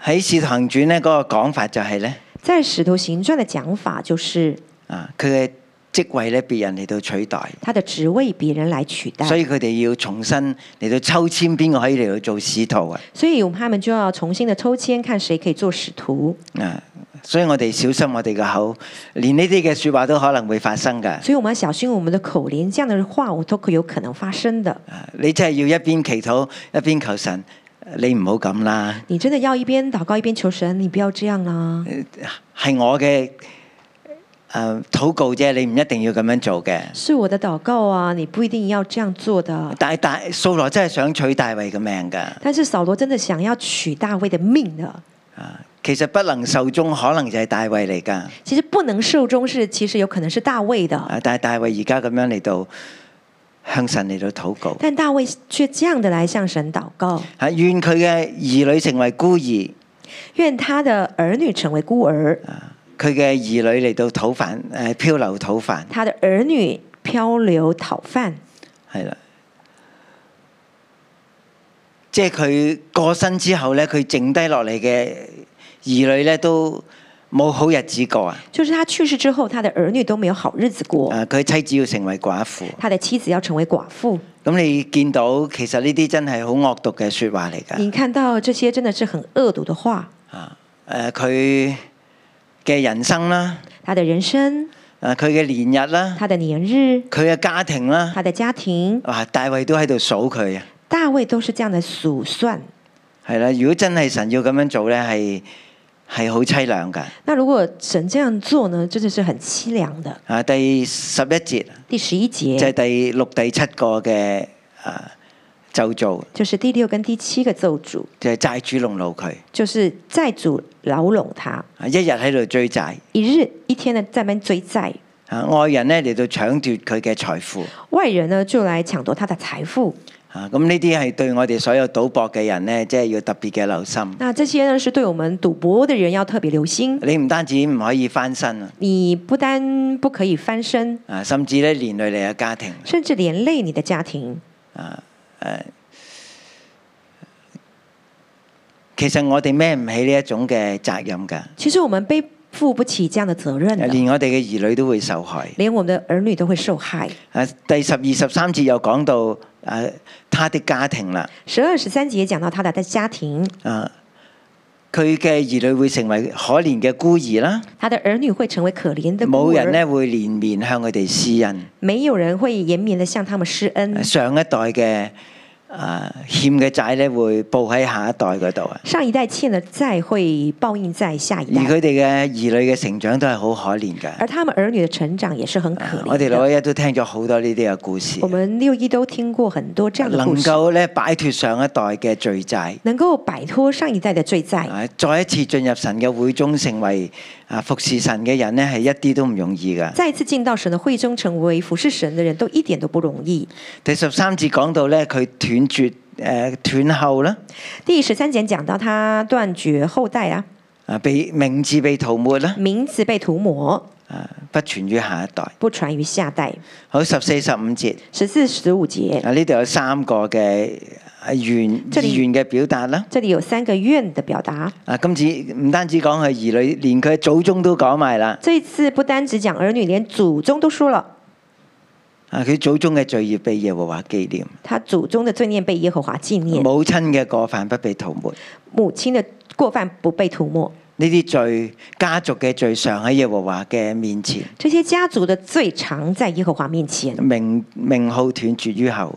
喺《使徒行傳》咧嗰個講法就係咧，
在《使徒行传》的讲法就是
啊佢嘅職位咧別人嚟到取代，
他的职位别人来取代，
所以佢哋要重新嚟到抽籤邊個可以嚟到做使徒啊。
所以我们他们就要重新的抽签，看谁可以做使徒。
啊，所以我哋小心我哋嘅口，連呢啲嘅説話都可能會發生㗎。
所以我们要小心我们的口连这样的话，我都可有可能发生的。
啊你真係要一邊祈禱一邊求神，你唔好咁啦，
你真的要一边祷告一边求神，你不要这样啊啦。
嗯係我嘅誒禱告啫，你唔一定要咁樣做嘅。
是我的祷告啊，你不一定要这样做的。
但係大掃羅真係想取大衛嘅命㗎，
但是扫罗真的想要取大卫的命的，
啊，其實不能受終可能就係大衛嚟㗎，
其实不能受终是，其实有可能是大卫的，
啊，但係大衛而家咁樣嚟到向神嚟到禱告，
但大卫却这样的来向神祷告，
啊，願佢嘅兒女成為孤兒，
愿他的儿女成为孤儿，
啊，佢嘅兒女嚟到討飯，誒、漂流討飯，
他的儿女漂流讨饭，
係啦。即係佢過身之後咧，佢剩低落嚟嘅兒女咧都冇好日子過啊！
就是他去世之后，他的儿女都没有好日子过，
啊，佢妻子要成為寡婦。
他的妻子要成为寡妇。
咁你見到其實呢啲真係好惡毒嘅説話嚟㗎。
你看到这些真的是很恶毒的话，
啊，誒佢嘅人生啦，
他的人生、
誒佢嘅年日啦，
他的年日、
佢嘅家庭啦，
他的家庭，
哇！大衛都喺度數佢啊，
大卫都是这样的数算。
係啦。如果真係神要咁樣做咧，係係好凄涼㗎。
那如果神这样做呢，真的是很凄凉的。
啊，第十一節
第十一
就係
节
第六、第七個嘅啊咒做，
就是第六跟第七个咒诅，
就係、債主弄怒佢，
就是债主牢笼他，
啊一日喺度追債，
一日一天的在那边追债，
啊外人咧嚟到搶奪佢嘅財富。
外人呢就来抢夺他的财富。
啊，咁呢啲係對我哋所有賭博嘅人呢，即係要特別嘅留心。
那这些呢是对我们赌博的人要特别留心。
你唔單止唔可以翻身啊，
你不单不可以翻身，
啊，甚至咧連累你嘅家庭。
甚至连累你的家庭。
其實我哋孭唔起呢一種嘅責任㗎，
其实我们背负不起这样的责任的，
連我哋嘅兒女都會受害。
连我们的儿女都会受害。
啊，第十二十三節又講到啊，他的家庭啦，
十二十三节讲到他的家庭，
啊，佢嘅兒女會成為可憐嘅孤兒啦，
他的儿女会成为可怜的孤
冇
儿，
人咧會連綿向佢哋施恩。
没有人会延绵的向他们施恩。
上一代嘅啊欠嘅債咧會報喺下一代嗰度啊。
上一代欠了债会报应在下一
而
代，
佢哋嘅兒女嘅成長都係好可憐㗎。啊
而他们儿女的成长也是很可
我
怜
哋
的。
六一一都聽咗好多呢啲嘅故事
我，们六一都听过很多这样的
能
故事，
夠咧擺脱上一代嘅罪債，
能够摆脱上一代的罪债，
啊再一次進入神嘅會中，成為啊服侍神嘅人咧，係一啲都唔容易㗎。
再次进到神的会中成为服侍神的人都一点都不容易。
第十三節講到咧，佢斷絕誒斷後啦，
第十三节讲到他断绝后代啊，
啊被名字被塗抹啦，
名字被涂抹，
啊不傳於下一代。
不传于下代。
好，十四十五節
十四、十五节，
啊，呢度有三個嘅啊願
這裡
意願嘅表達啦。
这里有三个愿的表达。
啊，今次唔單止講佢兒女，連佢祖宗都講埋啦。
这一次不单只讲儿女，连祖宗都说了，
啊，佢祖宗嘅罪孽被耶和華紀念，
他祖宗的罪孽被耶和华纪念，
母親嘅過犯不被塗抹。
母亲的过犯不被涂抹。
呢啲罪，家族嘅罪常喺耶和華嘅面前，
这些家族的罪常在耶和华面前，
名名號斷絕於後。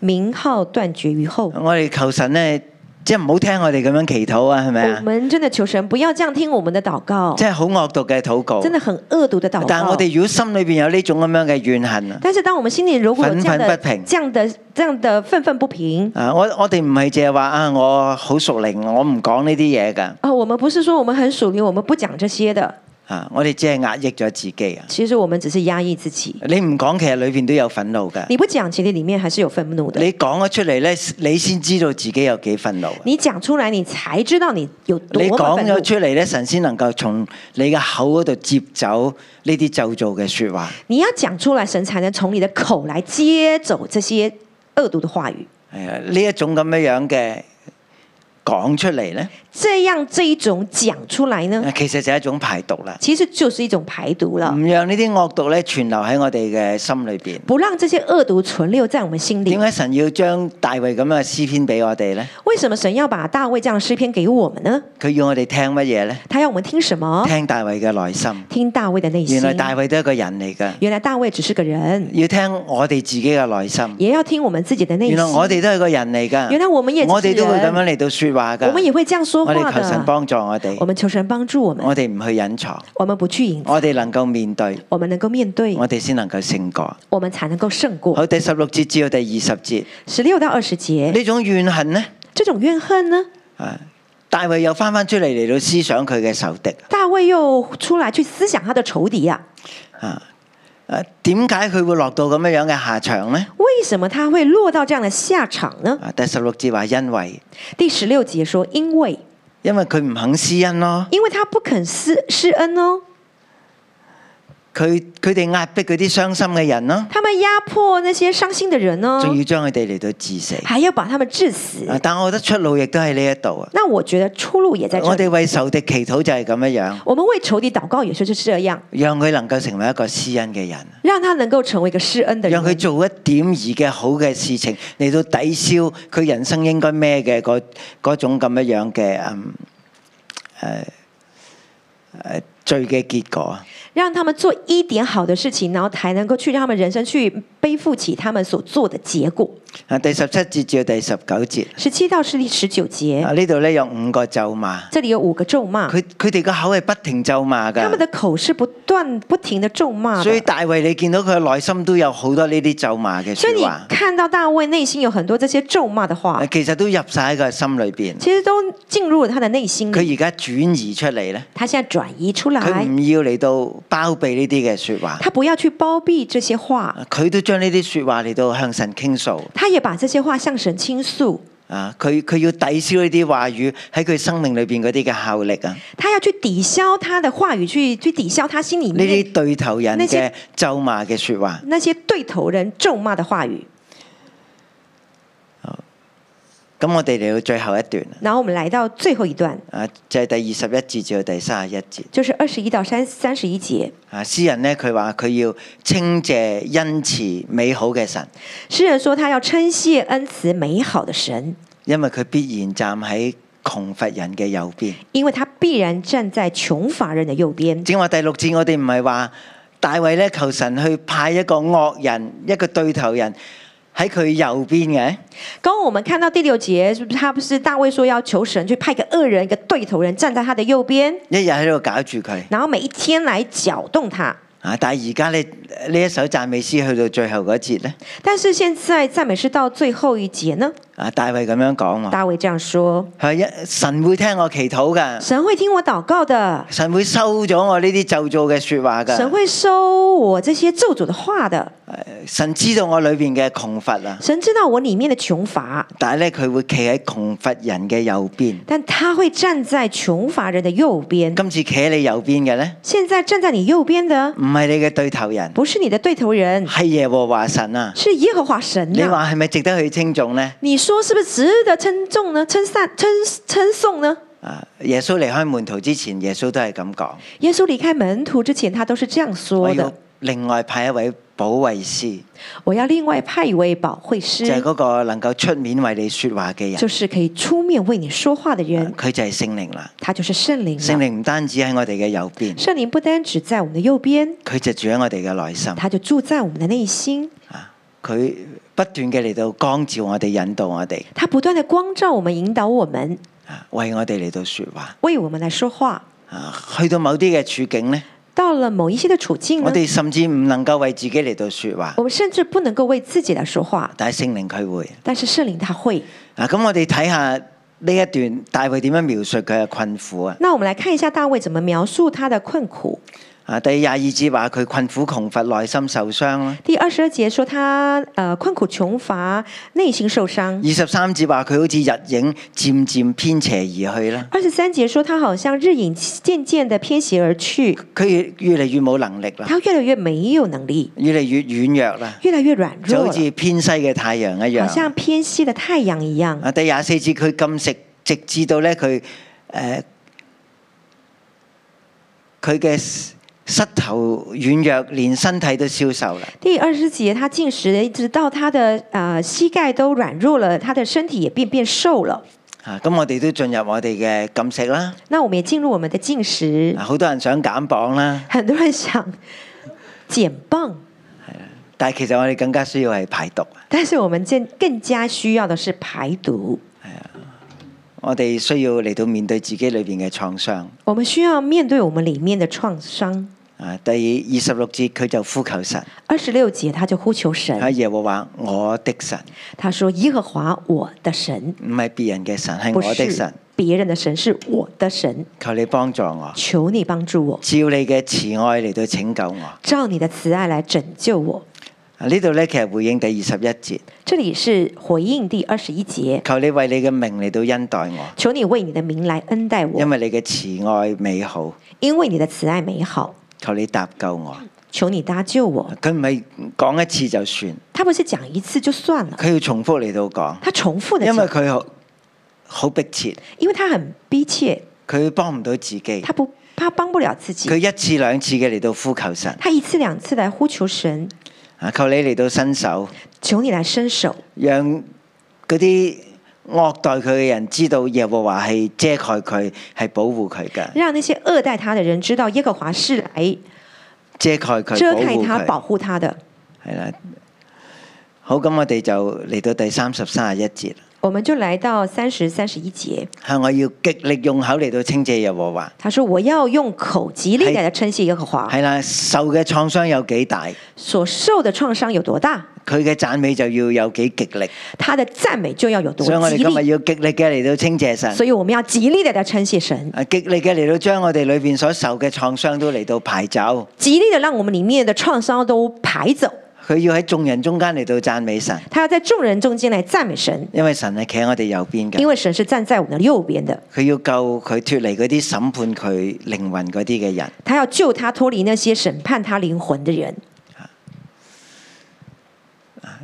名号断绝于后。
我哋求神呢，即係唔好聽我哋咁樣祈禱啊，係咪
我
啊？
们真的求神不要这样听我们的祷告，
即係好惡毒嘅禱告。
真的很恶毒的祷告。
但係我哦哋如果心裏邊有呢種咁樣嘅怨恨啊，
但是当我们心里如果有这样的
愤愤不平
这样的这样的愤愤不平
啊我我哋唔係淨係話啊，我好熟靈，我唔講呢啲嘢㗎。
哦，我们不是说我们很属灵，我们不讲这些的，
啊！我哋只係壓抑咗自己啊！
其實我們只是壓抑自己，
你唔講，其實裏邊都有憤怒㗎。
你不講，其實裡面還是有憤怒的。
你講咗出嚟咧，你先知道自己有幾憤怒啊。
你講出來，你才知道你有多
你
麼
講
憤
咗
怒。
出嚟咧，神先能夠從你嘅口嗰度接走呢啲咒詛嘅説話。
你要講出來，神才能從你的口來接走這些惡毒的話語。
係啊，呢一種咁樣樣嘅講出嚟咧，
這樣這一種講出來呢，
其實就係一種排毒啦，
其實就是一種排毒了，
唔讓呢啲惡毒咧存留喺我哋嘅心裏邊。
不讓這些惡毒存留在我們心
點
裡。
解神要將大衛咁嘅詩篇俾我哋呢？
為什麼神要把大衛這樣的詩篇給我們呢？
佢要我哋聽乜嘢呢？
他要我們聽什麼？
聽大衛嘅內心。
聽大衛的內心。
原來大衛都係一個人嚟噶，
原來大衛只是個人，
要聽我哋自己嘅內心。
也要聽我們自己的內
原
心。
來我哋都係個人嚟噶。
原來我們也只是
我哋都會咁
人
樣嚟到說話噶。
我們也會這樣說
我哋
話
求神
的。
幫助我
我
哋，
們求神幫助我們，
我哋唔去隱藏，
我們不去隱藏，
我哋能夠面對，
我們能夠面對，
我哋先能夠勝過。
我們才能夠勝過。
好，第十六節至到第二十節，
十六到二十節，
呢種怨恨呢，
這種怨恨呢，
啊，大衛又翻翻出嚟嚟到思想佢嘅仇敵
大衛又出來去思想他的仇敵呀、
啊。誒點解佢會落到咁樣樣嘅下場呢？
為什麼他會落到這樣的下場呢？
啊，第十六節話因為，
第十六節說，因為
因為佢唔肯施恩咯，
因為他不肯施施恩哦，
佢佢哋壓迫嗰啲傷心嘅人咯，
他們壓迫那些傷心的人哦，
仲要將佢哋嚟到致死。
還要把他們致死。
啊，但我覺得出路亦都喺呢一度啊！
那我覺得出路也在這
我
裡。
哋為仇敵祈禱就係咁樣樣，
我們為仇敵禱告，也就是這樣，
讓佢能夠成為一個施恩嘅人。
讓他能夠成為一個施恩的人
讓，佢做一點二嘅好嘅事情嚟到抵消佢人生應該孭嘅嗰嗰種咁樣樣嘅嗯誒誒罪嘅結果。
讓他們做一點好的事情，然後才能夠去讓他們人生去背負起他們所做的結果。
啊，第十七節至到第十九節
十七到是第十九節，
啊，呢度咧有五個咒罵，
這裡有五個咒罵，
佢佢哋個口係不停咒罵
啊他們
㗎，
的啊口是不斷不停的咒罵
啊所以
的。
大衛你見到佢嘅內心都有好多呢啲咒罵嘅
所以
説
你
話，
看到大衛內心有很多這些咒罵的話
啊，其實都入晒喺佢嘅心裏邊。
其實都進入了他的內心裡。
佢而家轉移出嚟咧，
他現在轉移出
佢
來，
唔要嚟到包庇呢啲嘅説話。
他不要去包庇這些話，
佢都將呢啲説話嚟到向神傾訴
他也把這些話向神傾訴，
啊！佢佢要抵消呢啲話語喺佢生命裏邊嗰啲嘅效力啊！
他要去抵消他的話語，去去抵消他心裡
呢
面
啲對頭人
那
嘅
些
咒罵嘅説話，
那些對頭人咒罵的話語。
咁我哋嚟到最後一段
然後我們來到最後一段，
啊，就係、第二十一節至到第三十一節
就是二十一到三三十一節。
啊。詩人呢，佢話佢要稱謝恩慈美好嘅神，
詩人說他要稱謝恩慈美好的神，
因為佢必然站喺窮乏人嘅右邊。
因為他必然站在窮乏人的右邊。
正話第六節，我哋唔係話大衛咧求神去派一個惡人，一個對頭人喺佢右邊嘅。
剛剛我們看到第六節，是不是他不是大衛說要求神去派一個惡人、一個對頭人站在他的右邊，
一日喺度搞住佢
然後每一天來攪動他。
啊！但係而家咧呢一首讚美詩去到最後嗰節咧，
但是現在讚美詩到最後一節呢，
啊大衛咁樣講喎，
大衛這樣說：
佢話一神會聽我祈禱噶，
神會聽我禱告的，
神會收咗我呢啲咒詛嘅説話噶，
神會收我這些咒詛的話的。
神知道我裏邊嘅窮乏啊，
神知道我裡面的窮乏，
但係咧佢會企喺窮乏人嘅右邊。
但他會站在窮乏人的右邊。
今次企喺你右邊嘅咧，
現在站在你右邊的
唔係你嘅對頭人，
不是你的對頭人，
係耶和華神啊！
是耶和華神
你
呐、
話係咪值得去稱重呢？
你說是不是值得稱頌呢？稱讚、稱稱頌呢？
啊，耶穌離開門徒之前，耶穌都係咁講：
耶穌離開門徒之前，他都是這樣
我要
說的：
另外派一位保惠師，
我要另外派一位保惠
就係
師，
嗰個能夠出面為你說話嘅人，啊
就是可以嗯出面嗯為你說話的人，
佢就係聖靈啦。
他就是聖靈
聖
了。
靈唔單止喺我哋嘅右邊，
聖靈不單只在我們的右邊，
佢就住喺我哋嘅內心，啊
他就住在我們的內心，
佢不斷嘅嚟到光照我哋、引導我哋，
他不斷的光照我們、引導我們，
啊，為我哋嚟到說話。
为我们来说话。
啊，去到某啲嘅處境呢，
到了某一些的處境
我
呢，
哋甚至唔能夠為自己嚟到說話，
我們甚至不能夠為自己來說話，
但係聖靈佢會。
但是聖靈他會。
啊，咁我哋睇下呢一段大衛點樣描述佢嘅困苦啊？
那我们来看一下大卫怎么描述他的困苦。
啊，第廿二節話佢困苦窮乏，內心受傷啦。
第二十二节说他呃困苦穷乏，内心受伤
二。十三節話佢好似日影漸漸偏斜而去啦。
二十三节说他好像日影渐渐的偏斜而去，
佢越越嚟越冇能力啦，
他越来越没有能力，
越嚟越軟弱啦，
越来越软
就
弱
好
了，
似偏西嘅太陽一
好像
樣。
偏西的太阳一样。
啊，第廿四節佢禁食，直至到咧佢誒佢嘅膝頭軟弱，連身體都消瘦啦。
第二十节他进食，一直到他的呃膝盖都软弱了，他的身体也变变瘦了。
啊，咁我哋都進入我哋嘅禁食啦。
那我们也进入我们的进食
啊，，好多人想減磅啦，
很多人想减磅，
但係其實我哋更加需要係排毒。啊
但是我们更更加需要的是排毒。
我哋需要嚟到面對自己裏邊嘅創傷。
我们需要面对我们里面的创傷。
啊，第二十六節佢就呼求神，
二十六节他就呼求
喺
神，
耶和華我的神，
他说：“耶和华我的神，
唔係別人嘅神，係
不
我的
是
神。
别人的神，是我的神。
求你幫助我，
求你帮助我，
照你嘅慈愛嚟到拯救我。啊
照你的慈愛來拯救我。”
呢度呢，其實回應第二十一節，”
这里是回應第二十一节，
求你為你嘅名嚟到恩待我，
求你为你的名来恩待
因
我，
為你嘅慈愛美好，
因为你的慈愛美好。
求你搭救我。
求你搭救我。
佢唔係講一次就算，
他不是講一次就算了，
佢要重複嚟到講。
他重複的
因為
講，
佢好好迫切，
因為他很逼切，
佢幫唔到自己，
他不他幫不了自己
佢，一次兩次嘅嚟到呼求神，
他一次兩次來呼求神，
啊，求你嚟到伸手，
求你來伸手，
讓嗰啲惡待佢嘅人知道耶和華係遮蓋佢，係保護佢嘅，
讓那些惡待他的人知道耶和華是來
遮蓋佢，
遮
保
蓋
護
他、
佢，
保護他的。
係啦。好，咁我哋就嚟到第三十三十一節啦。
我們就來到三十三十一節，
係我要極力用口嚟到稱謝耶和華。
他說：“我要用口極力的來稱謝耶和華，
係啦，受嘅創傷有幾大，
所受的創傷有多大，
佢嘅讚美就要有幾極力。
他的讚美就要有多
所以我哋
極
今日
力。
要極力嘅嚟到稱謝”神。
所以我們要極力的來稱謝神，
啊！極力嘅嚟到將我哋裏邊所受嘅創傷都嚟到排走，
極力的讓我們裡面的創傷都排走。
佢要喺眾人中間嚟到讚美神，
他要在众人中間來讚美神，
因為神係企喺我哋右邊
因
嘅，
為神是站在我們的右邊的，
佢要救佢脱離嗰啲審判佢靈魂嗰啲嘅人。
他要救他脫離那些審判他靈魂的人。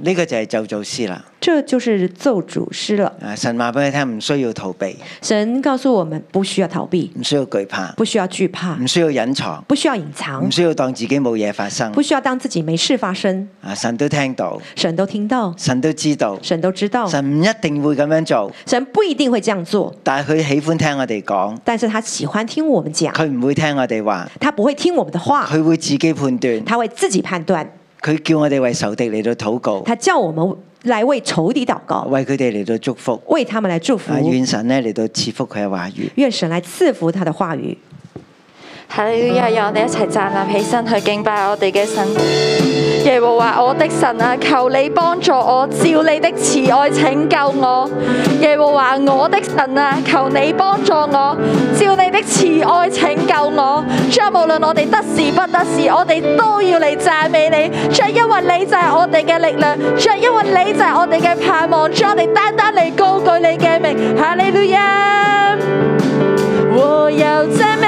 呢、個就係咒造師啦。
這就是咒主師了。
啊！神話俾你聽，唔需要逃避，
神告訴我們，不需要逃避，
唔需要懼怕，
不需要懼怕，
唔需要隱藏，
不需要隱藏
唔，需要當自己冇嘢發生
不。需要當自己沒事發生。
啊！神都聽到，
神都聽到，
神都知道，
神都知道，
神唔一定會咁樣做，
神不一定會這樣做，
但係佢喜歡聽我哋講，
但是他喜歡聽我們講，
佢唔會聽我哋話，
他不會聽我們的話，
佢會自己判斷。
他會自己判斷，
佢叫我哋為仇敵嚟到禱告，
他叫我們來為仇敵禱告，
為佢哋嚟到祝福。
為他們來祝福
啊，。願神咧嚟到賜福佢嘅話語。
願神來賜福他的話語。
哈利路亞！讓我哋一齊站立起身去敬拜我哋嘅神。耶和華我的神啊，求你幫助我，照你的慈愛拯救我。耶和華我的神啊，求你幫助我，照你的慈愛拯救我。主啊，無論我哋得時不得時，我哋都要嚟讚美你。主啊，因為你就係我哋嘅力量，主啊，因為你就係我哋嘅盼望。主啊，我哋單單嚟高舉你嘅名。哈利路亞！我要赞美，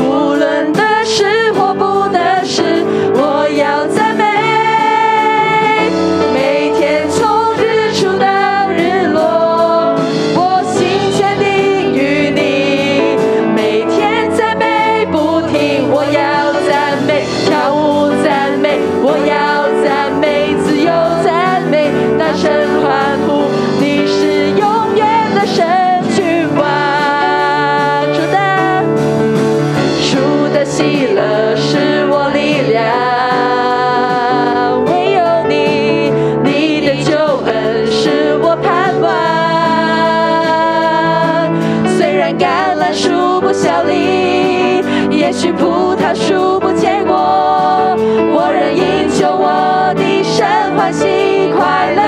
无论得失或不得失，我要赞美。每天从日出到日落，我心坚定于你。每天赞美不停，我要赞美，跳舞赞美，我要赞美，自由赞美，大声欢呼，你是永远的神君王，主的。主的喜乐是我力量，唯有你，你的救恩是我盼望。虽然橄榄树不效力，也许葡萄树不结果，我仍因求我的神欢喜快乐。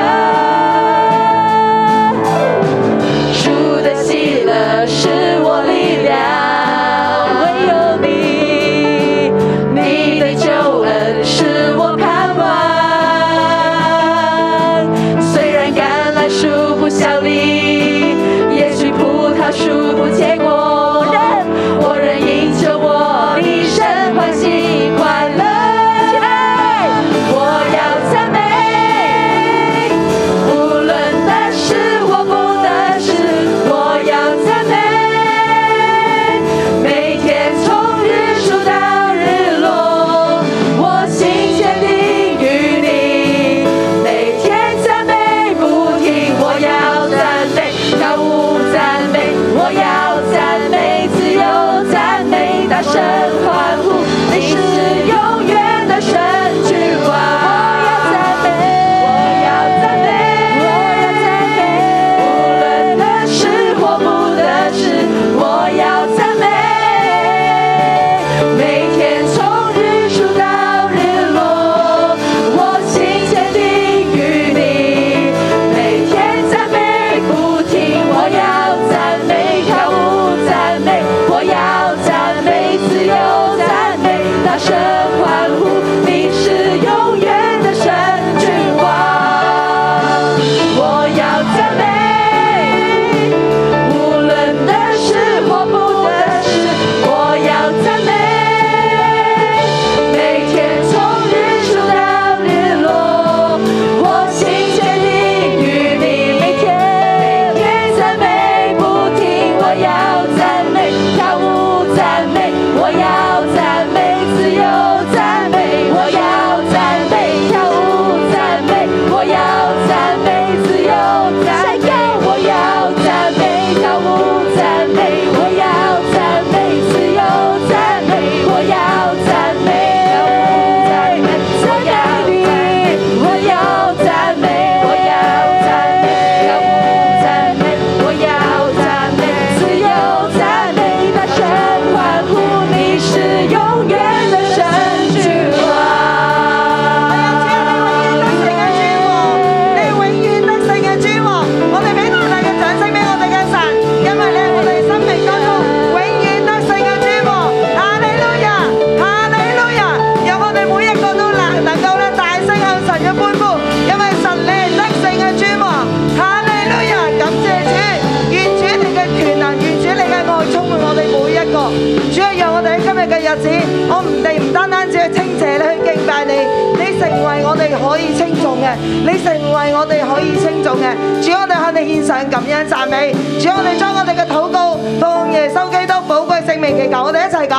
日子，我唔哋唔單單只去稱謝你，去敬拜你，你成為我哋可以稱頌嘅，你成為我哋可以稱頌嘅。主，我哋向你獻上感恩讚美。主，我哋將我哋嘅禱告奉耶穌基督寶貴聖名祈求，我哋一齊講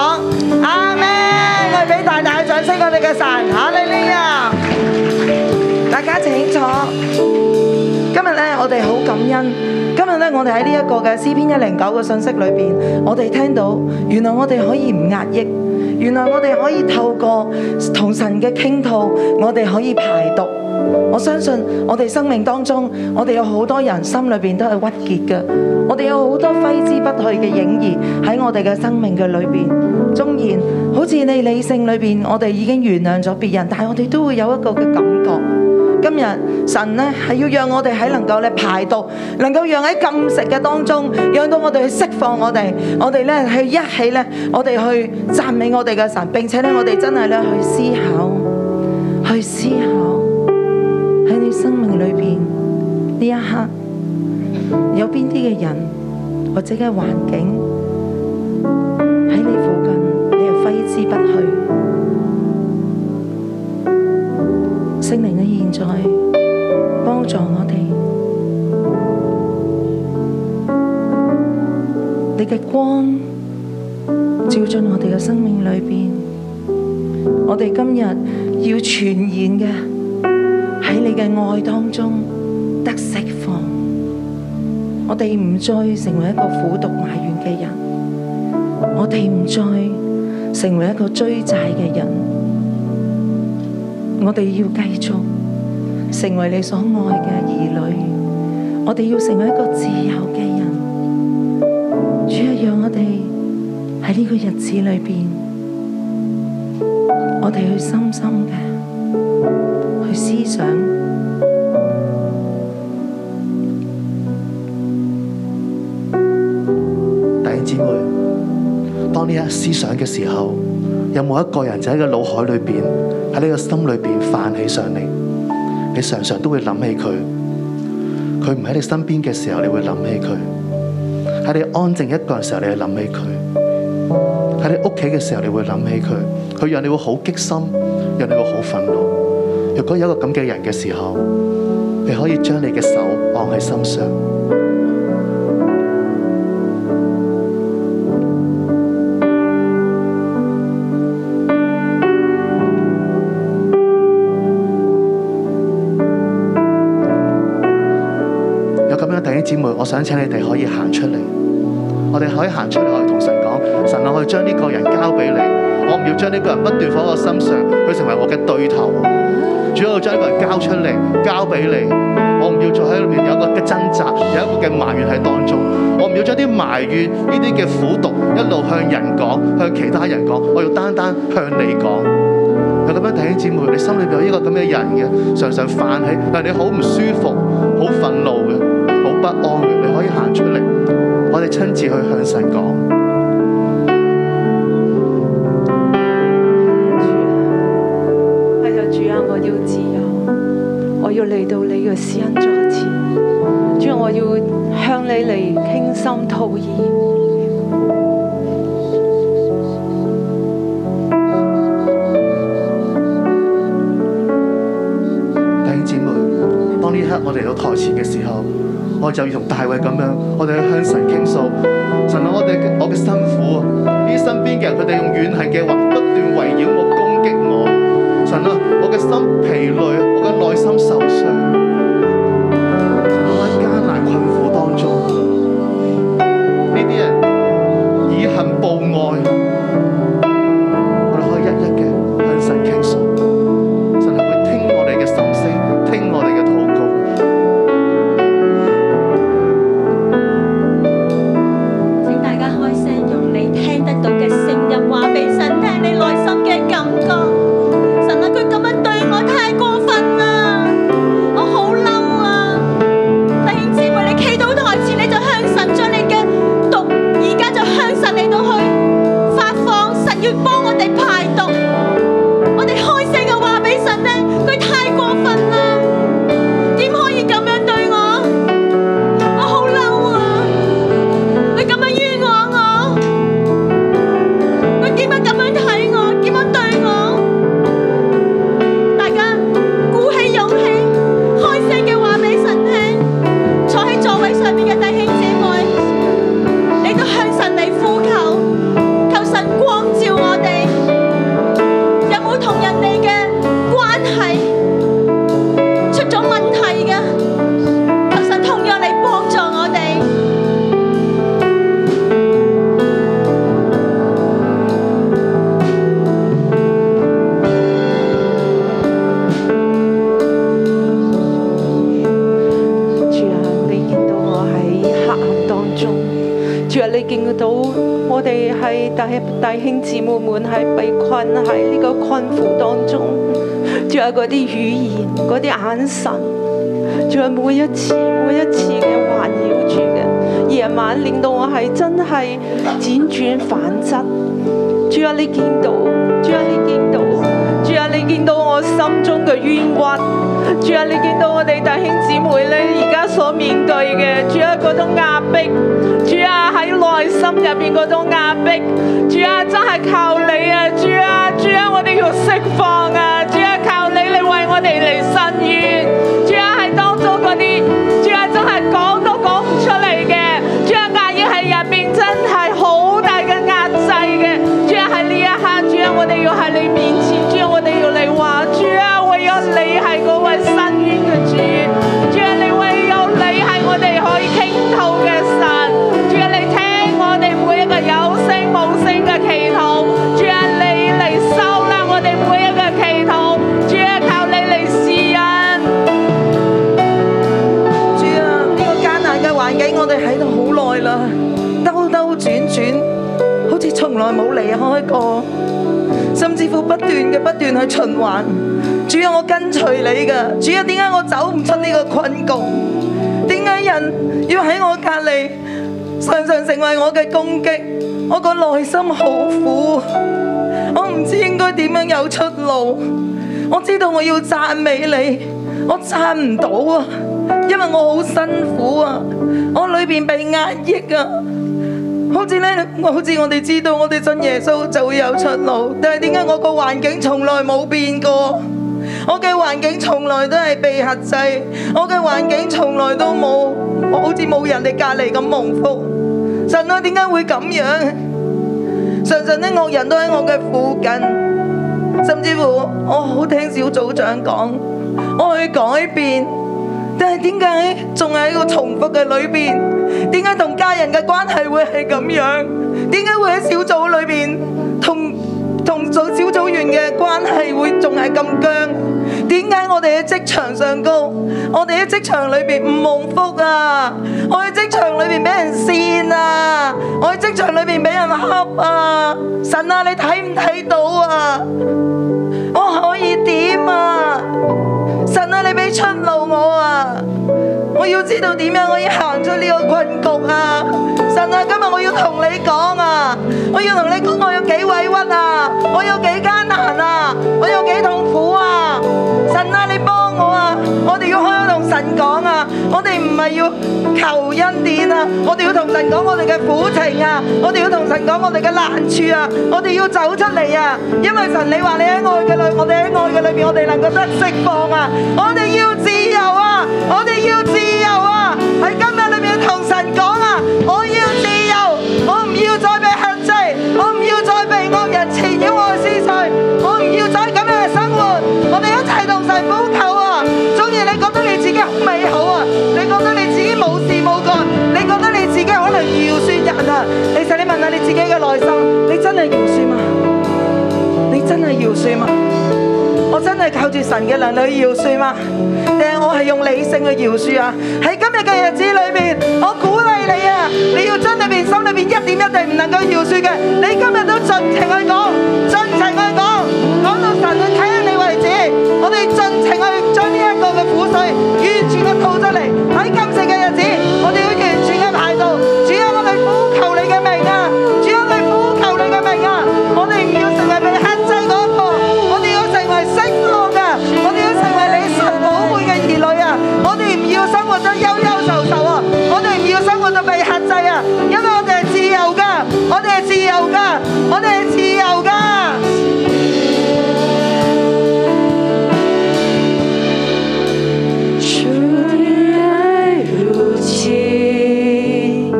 阿門。我哋俾大大嘅掌聲，我哋嘅神，哈利路亞！大家請坐。今日咧，我哋好感恩。今日咧，我哋喺呢一個嘅詩篇一零九嘅信息裏邊，我哋聽到原來我哋可以唔壓抑，原來我哋可以透過同神嘅傾吐，我哋可以排毒。我相信我哋生命當中，我哋有好多人心裏邊都係鬱結嘅，我哋有好多揮之不去嘅影兒喺我哋嘅生命嘅裏邊。縱然好似你理性裏邊，我哋已經原諒咗別人，但係我哋都會有一個嘅感覺。今日神咧係要讓我哋喺能夠咧排毒，能夠讓喺禁食嘅當中，讓到我哋去釋放我哋，我哋咧去一起咧，我哋去讚美我哋嘅神，並且咧我哋真係咧去思考，去思考喺你生命裏邊呢一刻有邊啲嘅人或者嘅環境喺你附近，你係揮之不去。聖靈嘅現在幫助我哋，你嘅光照進我哋嘅生命裏邊，我哋今日要全然嘅喺你嘅愛當中得釋放，我哋唔再成為一個苦毒埋怨嘅人，我哋唔再成為一個追債嘅人。我哋要繼續成為你所愛嘅兒女，我哋要成為一個自由嘅人。主啊，讓我哋喺呢個日子裏邊，我哋去深深嘅去思想，
弟兄姊妹，當呢一思想嘅時候，有冇一個人就喺個腦海裏邊，喺你個心裏邊泛起上嚟？你常常都會諗起佢，佢唔喺你身邊嘅時候，你會諗起佢；喺你安靜一個人嘅時候，你會諗起佢；喺你屋企嘅時候，你會諗起佢。佢讓你會好激心，讓你會好憤怒。若果有一個咁嘅人嘅時候，你可以將你嘅手按喺心上。有咁樣嘅弟兄姊妹，我想請你哋可以行出嚟，我哋可以行出嚟，我哋同神講：神啊，我要將呢個人交俾你，我唔要將呢個人不斷放喺我心上，佢成為我嘅對頭。主要我將呢個人交出嚟，交俾你，我唔要再喺裏面有一個嘅掙扎，有一個嘅埋怨喺當中。我唔要將啲埋怨呢啲嘅苦毒一路向人講，向其他人講，我要單單向你講。有咁樣弟兄姊妹，你心裏邊有呢個咁嘅人嘅，常常泛起，但係你好唔舒服、好憤怒嘅、好不安嘅，你可以行出嚟，我哋親自去向神講。
係啊，主啊，我要自由，我要嚟到你嘅施恩座前，主啊，我要向你嚟傾心吐意。
弟兄姊妹，當呢一刻我哋到台前嘅時候，我就要同大衛咁樣，我哋去向神傾訴，神啊，我哋嘅我嘅辛苦啊，呢啲身邊嘅人佢哋用怨恨嘅話不斷圍繞我攻擊我，神啊，我嘅心疲累，我嘅內心受傷，我喺艱難困苦當中，呢啲人以恨報愛，我哋可以一一嘅向神傾訴。神係會聽我哋嘅心聲，聽我哋嘅禱告。
請大家開聲，用你聽得到嘅聲音話俾神聽你內心啊嘅感覺。神啊，佢咁樣對我太過分啦，我好啊啊
黑暗當中。主啊，你見到我哋係弟弟兄姊妹們係被困喺呢個困苦當中，啊仲有嗰啲語言、啊嗰啲眼神，仲有每一次、每一次嘅環繞住嘅夜晚，令到我係真係輾轉反側。主啊，你見到，主啊，你見到，主啊，你見到我心中嘅冤屈，主啊，你見到我哋弟兄姊妹咧而家所面對嘅，主啊嗰種壓迫，主啊喺內心入邊嗰種壓迫，主啊真係靠你啊，主啊，主啊我哋要釋放啊，主啊靠你，你為我哋嚟伸冤，主啊喺當中嗰啲，主啊真係講都講唔出嚟嘅，主啊壓抑喺入邊真係好大嘅壓制嘅，主啊喺呢一刻，主啊我哋要喺你面前，主啊我哋要嚟話，主啊唯有你係嗰位伸冤嘅主，主啊你唯有你係我哋可以傾吐嘅神，主啊你聽我哋每一個有聲冇聲嘅祈禱，主啊你嚟收啦我哋每一個祈禱，主啊靠你嚟施恩。
主啊，呢、個艱難嘅環境，我哋喺度好耐啦，兜兜轉轉，好似從來冇離開過，甚至乎不斷嘅不斷去循環。主啊，我跟隨你噶，主啊，點解我走唔出呢個困局？點解人要喺我隔離，常常成為我嘅攻擊？我個內心好苦，我唔知應該點樣有出路。我知道我要讚美你，我讚唔到啊，因為我好辛苦啊，我裏邊被壓抑啊。好似咧，我好似我哋知道，我哋信耶穌就會有出路，但係點解我個環境從來冇變過？我嘅環境從來都係被限制，我嘅環境從來都冇，我好似冇人哋隔離咁蒙福。神啊，點解會咁樣？常常啲惡人都喺我嘅附近。甚至乎我好聽小組長講，我去改變，但係點解仲喺個重複嘅裏邊？點解同家人嘅關係會係咁樣？點解會喺小組裏邊同同組小組員嘅關係會仲係咁僵？點解我哋喺職場上高，我哋喺職場裏邊唔蒙福啊？我喺職場裏邊俾人扇啊！我喺職場裏邊俾人恰啊！神啊，你睇唔睇到啊？我可以點啊？神啊，你俾出路我啊！我要知道點樣可以行出呢個困局啊！神啊，今日我要同你講啊！我要同你講我有幾委屈啊！我有幾艱難啊！我有幾痛苦啊！神啊，你幫我啊！我哋要開口同神講啊！我哋唔係要求恩典啊！我哋要同神講我哋嘅苦情啊！我哋要同神講我哋嘅難處啊！我哋要走出嚟啊！因為神你話你喺愛嘅裏，我哋喺愛嘅裏邊，我哋能夠得釋放啊！我哋要自由啊！我哋要自由啊！喺今日裏面同神講啊！我要自由，我唔要再被限制，我唔要再被惡人纏繞我嘅思緒，我唔要再咁樣嘅生活。我哋一齊同神呼求啊！總然你覺得你自己好美好啊，你覺得你自己冇事冇干，你覺得你自己可能饒恕人啊？其實你問下你自己嘅內心，你真係饒恕嗎？你真係饒恕嗎？我真係靠住神嘅能力去饒恕嘛？定係我係用理性去饒恕啊？喺今日嘅日子裏面，我鼓勵你啊！你要將裏面心裏面一點一滴唔能夠饒恕嘅，你今日都盡情去講，盡情去講，講到神去聽你為止。我哋盡情去將呢一個嘅苦水完全嘅吐出嚟。喺今世嘅日子，我哋要完全嘅排毒。主啊，我哋呼求你嘅名啊！主啊，我哋呼求你嘅名啊！我哋唔要成為被克制嗰一個，我哋要成為釋放嘅，啊我哋要成為你神寶貝嘅兒女啊！我哋唔要生活得憂憂愁愁啊！我哋唔要生活得被克制啊！因為我哋係自由噶，我哋係自由噶，我哋係自由噶。
主爱如情，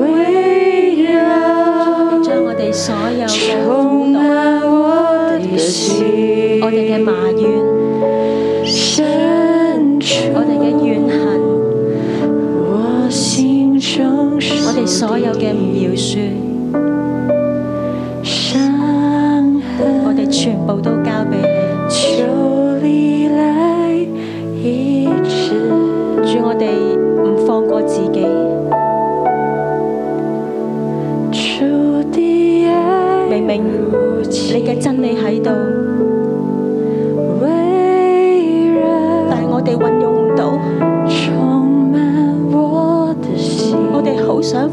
围绕
将我哋所有嘅
充
苦毒、
满我的心，
我哋嘅埋怨、
深处
我哋嘅怨恨、
我心中
我
是
哋所有嘅唔饶恕，
伤
我
痕，
哋全部都交俾你。
求你来医治，
主，我哋唔放过自己，我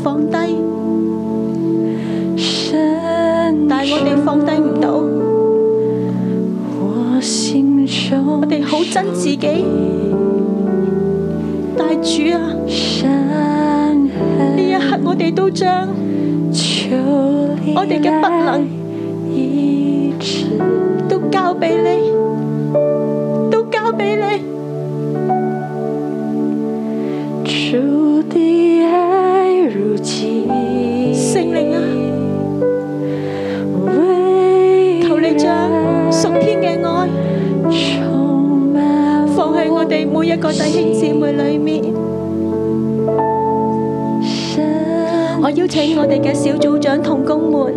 放低，
神
但系我哋放低唔到，我
我心中
哋好憎自己。但系主啊，
山
呢
痕，
一刻我哋都将
求你
我哋嘅不能
医治，
都交俾你，都交俾你。
主的爱如今
圣灵啊，
为
求你将属天嘅爱
充满
放喺我哋每一个弟兄姊妹里面。
神
我邀請我哋嘅小組長同工們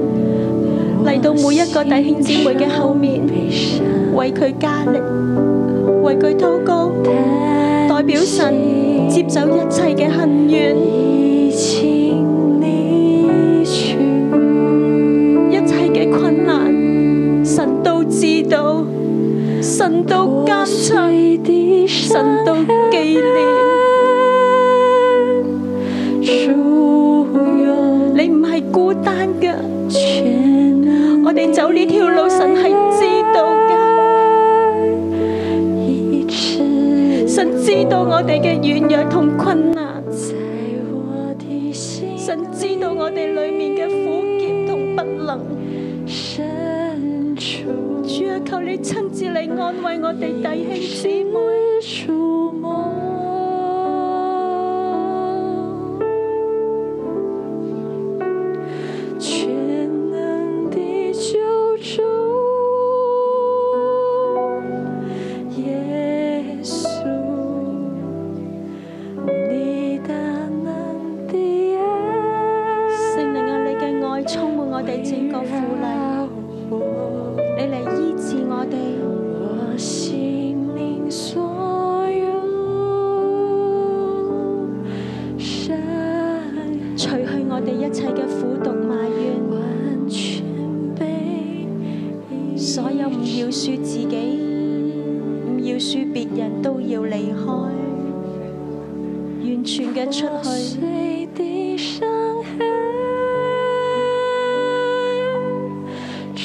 嚟到每一個弟兄姊妹嘅後面，
悲伤
為佢加力，為佢禱告，代表神接走一切嘅恨怨，
已经离去，
一切嘅困難，神都知道，神都監察，
你的手
神都紀念。
主用
你唔係孤單嘅，
全能
我哋走呢條路，神係知道嘅，
医治，
神知道我哋嘅軟弱同困難。
在我的心里
神知道我哋里面嘅苦澀同不能，
深处。
主啊，求你亲自嚟安慰我哋弟兄姊妹。
触摸，全能的救主，耶稣，你大能的爱
圣灵啊，你嘅爱充满我哋整个苦里，
绕我。
你嚟医治我哋，
我心灵所有伤痕
除去我哋一切嘅苦毒埋怨，
完全被医治
所有唔要恕自己、唔要恕别人都要离开，完全嘅出
破
去。
碎的伤痕，主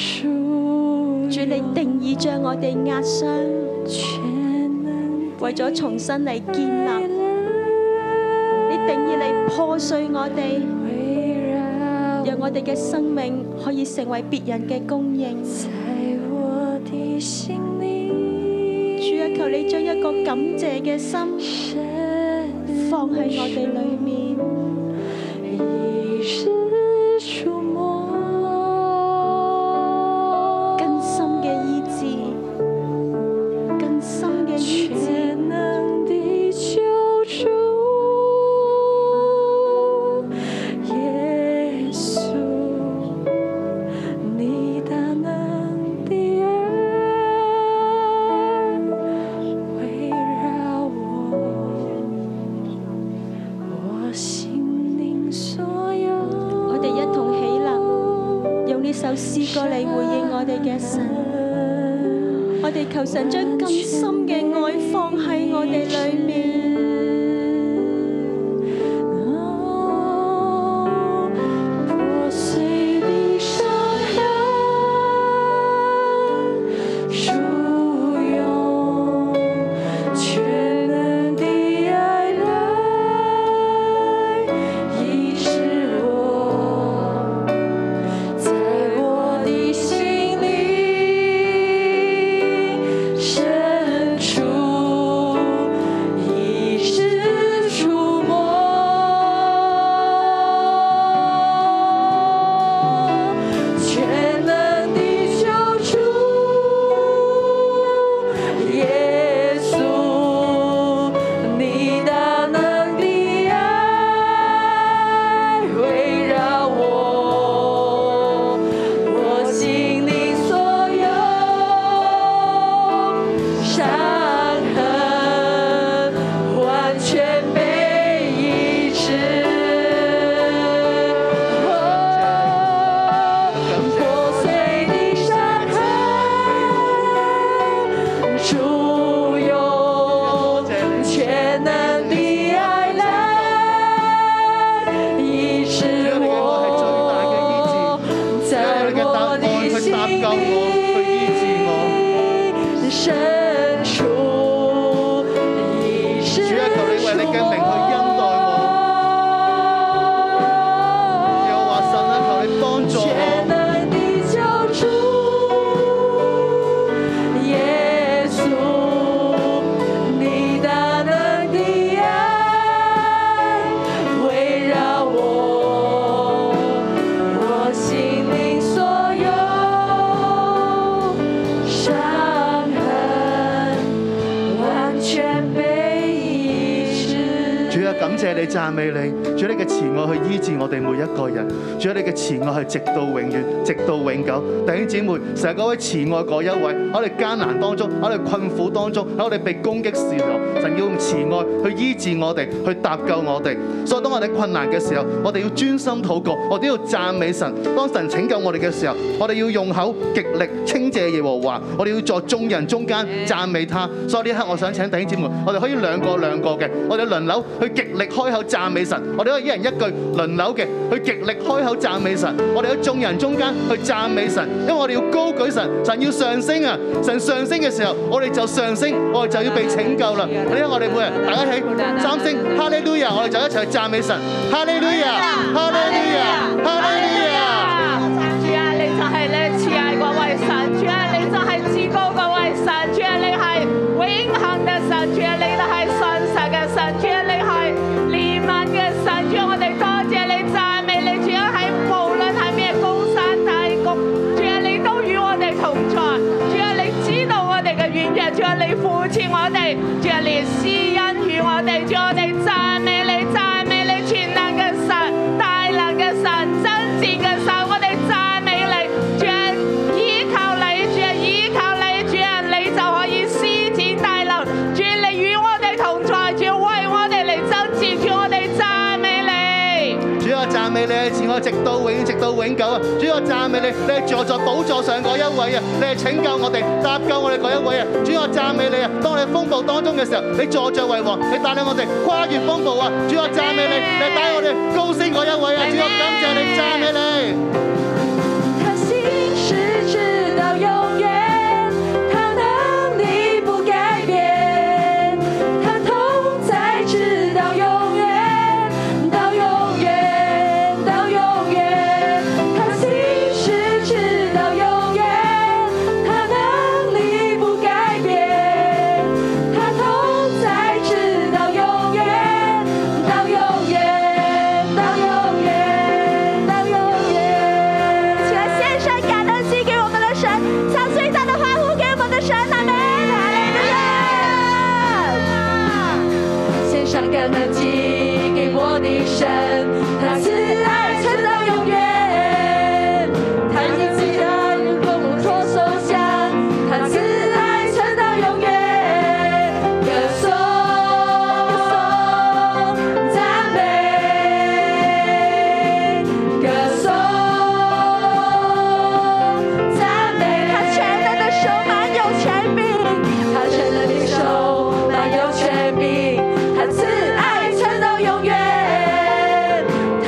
主，你定义将我哋压伤，
全能
为咗重新嚟建立。你定义嚟破碎我哋，
围绕
让我哋嘅生命可以成为别人嘅供应。
在我的心里。
主啊，求你将一个感谢嘅心
神
放喺我哋里面，
已是触摸，
更深嘅医治，更深嘅医治。
全能的救主，耶稣，你大能的爱围绕我，我心灵所有。
我哋一同起立，用呢首诗歌嚟回应我哋嘅神。我哋求神将更深嘅爱放喺我哋里面。
破碎的伤痕，疏用全能的爱来医治我，在我的心里深处。已。
救我，去醫治我。
伸出你伸
主啊，求你為你嘅名去恩待我。又話神啊，求你幫助
全
我。
能的救主，耶稣，你大能的爱围绕我，我心灵所有伤痕完全被医治。
主啊，感謝你，讚美你。主啊，你嘅慈愛去醫治我哋每一個人。主啊，你嘅慈愛係直到永遠，直到永久。弟兄姊妹，成日嗰位慈愛嗰一位，喺我哋艱難當中，喺我哋困苦當中，喺我哋被攻擊時候，神要用慈愛去醫治我哋，去搭救我哋。所以當我哋困難嘅時候，我哋要專心禱告，我哋要讚美神。當神拯救我哋嘅時候，我哋要用口極力稱謝耶和華，我哋要在眾人中間讚美他。所以呢一刻，我想請弟兄姊妹，我哋可以兩個兩個嘅，我哋輪流去極力開口讚美神。我哋可以一人一句輪流嘅去極力開口讚美神。我哋喺眾人中間去讚美神，因為我哋要高舉神，神要上升啊！神上升嘅時候，我哋就上升，我哋就要被拯救啦。呢一刻我哋每人大家一起三聲哈利路亞，我哋就一齊去讚美神，哈利路亞，哈利路亞，哈利路亞。
主啊，你就係咧慈愛嗰位神，主啊，你就係至高嗰位神，主啊，你係永恆嘅神，主啊，你就係信實嘅神，主啊，你係憐憫嘅神，主啊，我哋多謝你讚美你，主啊，喺無論係咩高山低谷，主啊，你都與我哋同在，主啊，你知道我哋嘅軟弱，主啊，你扶持我哋，主啊，你施恩與我哋，主啊，我哋讚美你，讚美你全能嘅神，大能嘅神，真善嘅神，我哋讚美你，主啊，依靠你，主啊，依靠你，主啊，你就可以施展大能，主啊，你與我哋同在，主啊，為我哋嚟爭戰，主啊，我哋讚美你。
主我讚美你係慈愛，直到永遠，直到永久啊！主我讚美你，你係坐在寶座上嗰一位啊！你係拯救我哋、搭救我哋嗰一位啊！主我讚美你啊！當我哋風暴當中嘅時候，你坐著為王，你帶領我哋跨越風暴啊！主我讚美你，你帶我哋高升嗰一位啊！主我感謝你，讚美你。
他心事直到永远，他能力不改变，他同在直到永远，到永远，到永远。他心事直到永远，他能力不改变，他同在直到永远，到永远，到永远，到永远。
起来，献上感恩祭给我们的神，向最大的欢呼给我们的神，阿门。
献上感恩祭给我的神，他慈爱存到永远，他以自然丰硕受享，他慈爱存到永远，歌颂赞美，歌颂赞美，
他全能的手满有权柄，
他全能的手满有权柄，他慈爱存到永远，他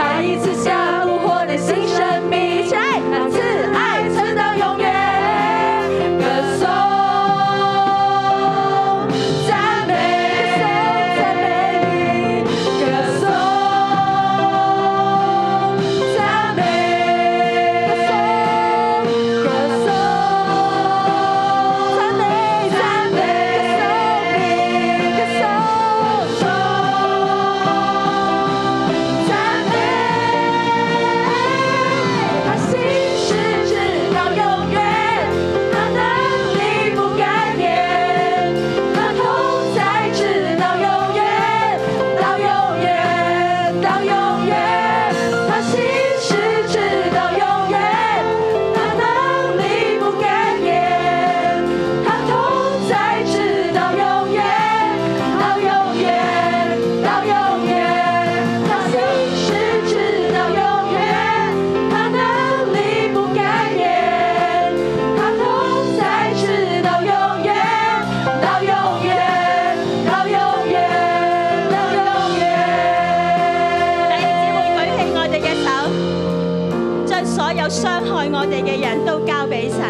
有傷害我哋嘅人都交俾神。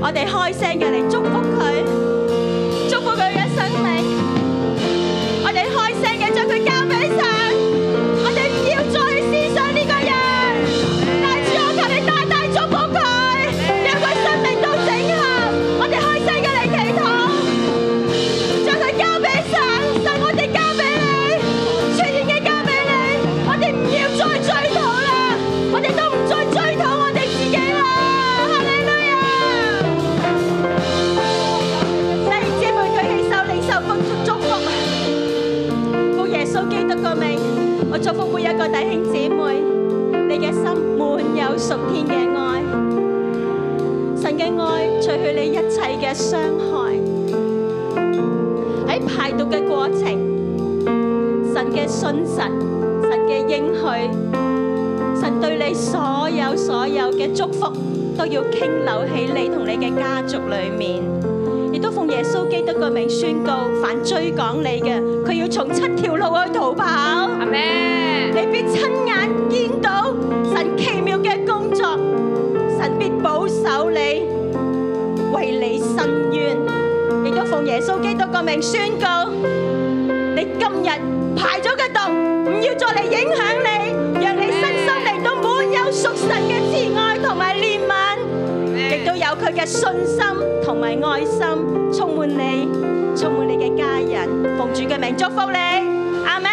我哋開聲嘅嚟祝福佢，祝福佢嘅生命。我哋開聲嘅將佢交俾神，我哋唔要再去思想呢個人。大主，我求你大大祝福佢，讓佢生命都整合。我哋開聲嘅嚟祈禱。将佢交俾神，神我哋交俾你，全然嘅交俾你，我哋唔要再追討啦，我哋都唔再追討我哋自己啦，哈利路亞！弟兄姊妹舉起手，領受福祝福，奉耶穌基督個名，我祝福每一個弟兄姊妹，你嘅心滿有屬天嘅愛，神嘅愛除去你一切嘅傷害。喺排毒嘅過程，神嘅信實、神嘅應許、神對你所有所有嘅祝福，都要傾流喺你同你嘅家族裏面。亦都奉耶穌基督嘅名宣告，凡追趕你嘅，佢要從七條路去逃跑。阿咩？你必親眼見到神奇妙嘅工作，神必保守你，為你伸冤。亦都奉耶穌基督個名宣告，你今日排咗嘅毒，唔要再嚟影響你，讓你身心靈都滿有屬神嘅慈愛同埋憐憫，亦都有佢嘅信心同埋愛心，充滿你，充滿你嘅家人。奉主嘅名祝福你，阿門。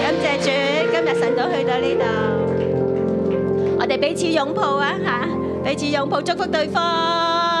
感謝主，今日神都去到呢度。我哋彼此擁抱啊嚇，彼此擁抱祝福對方。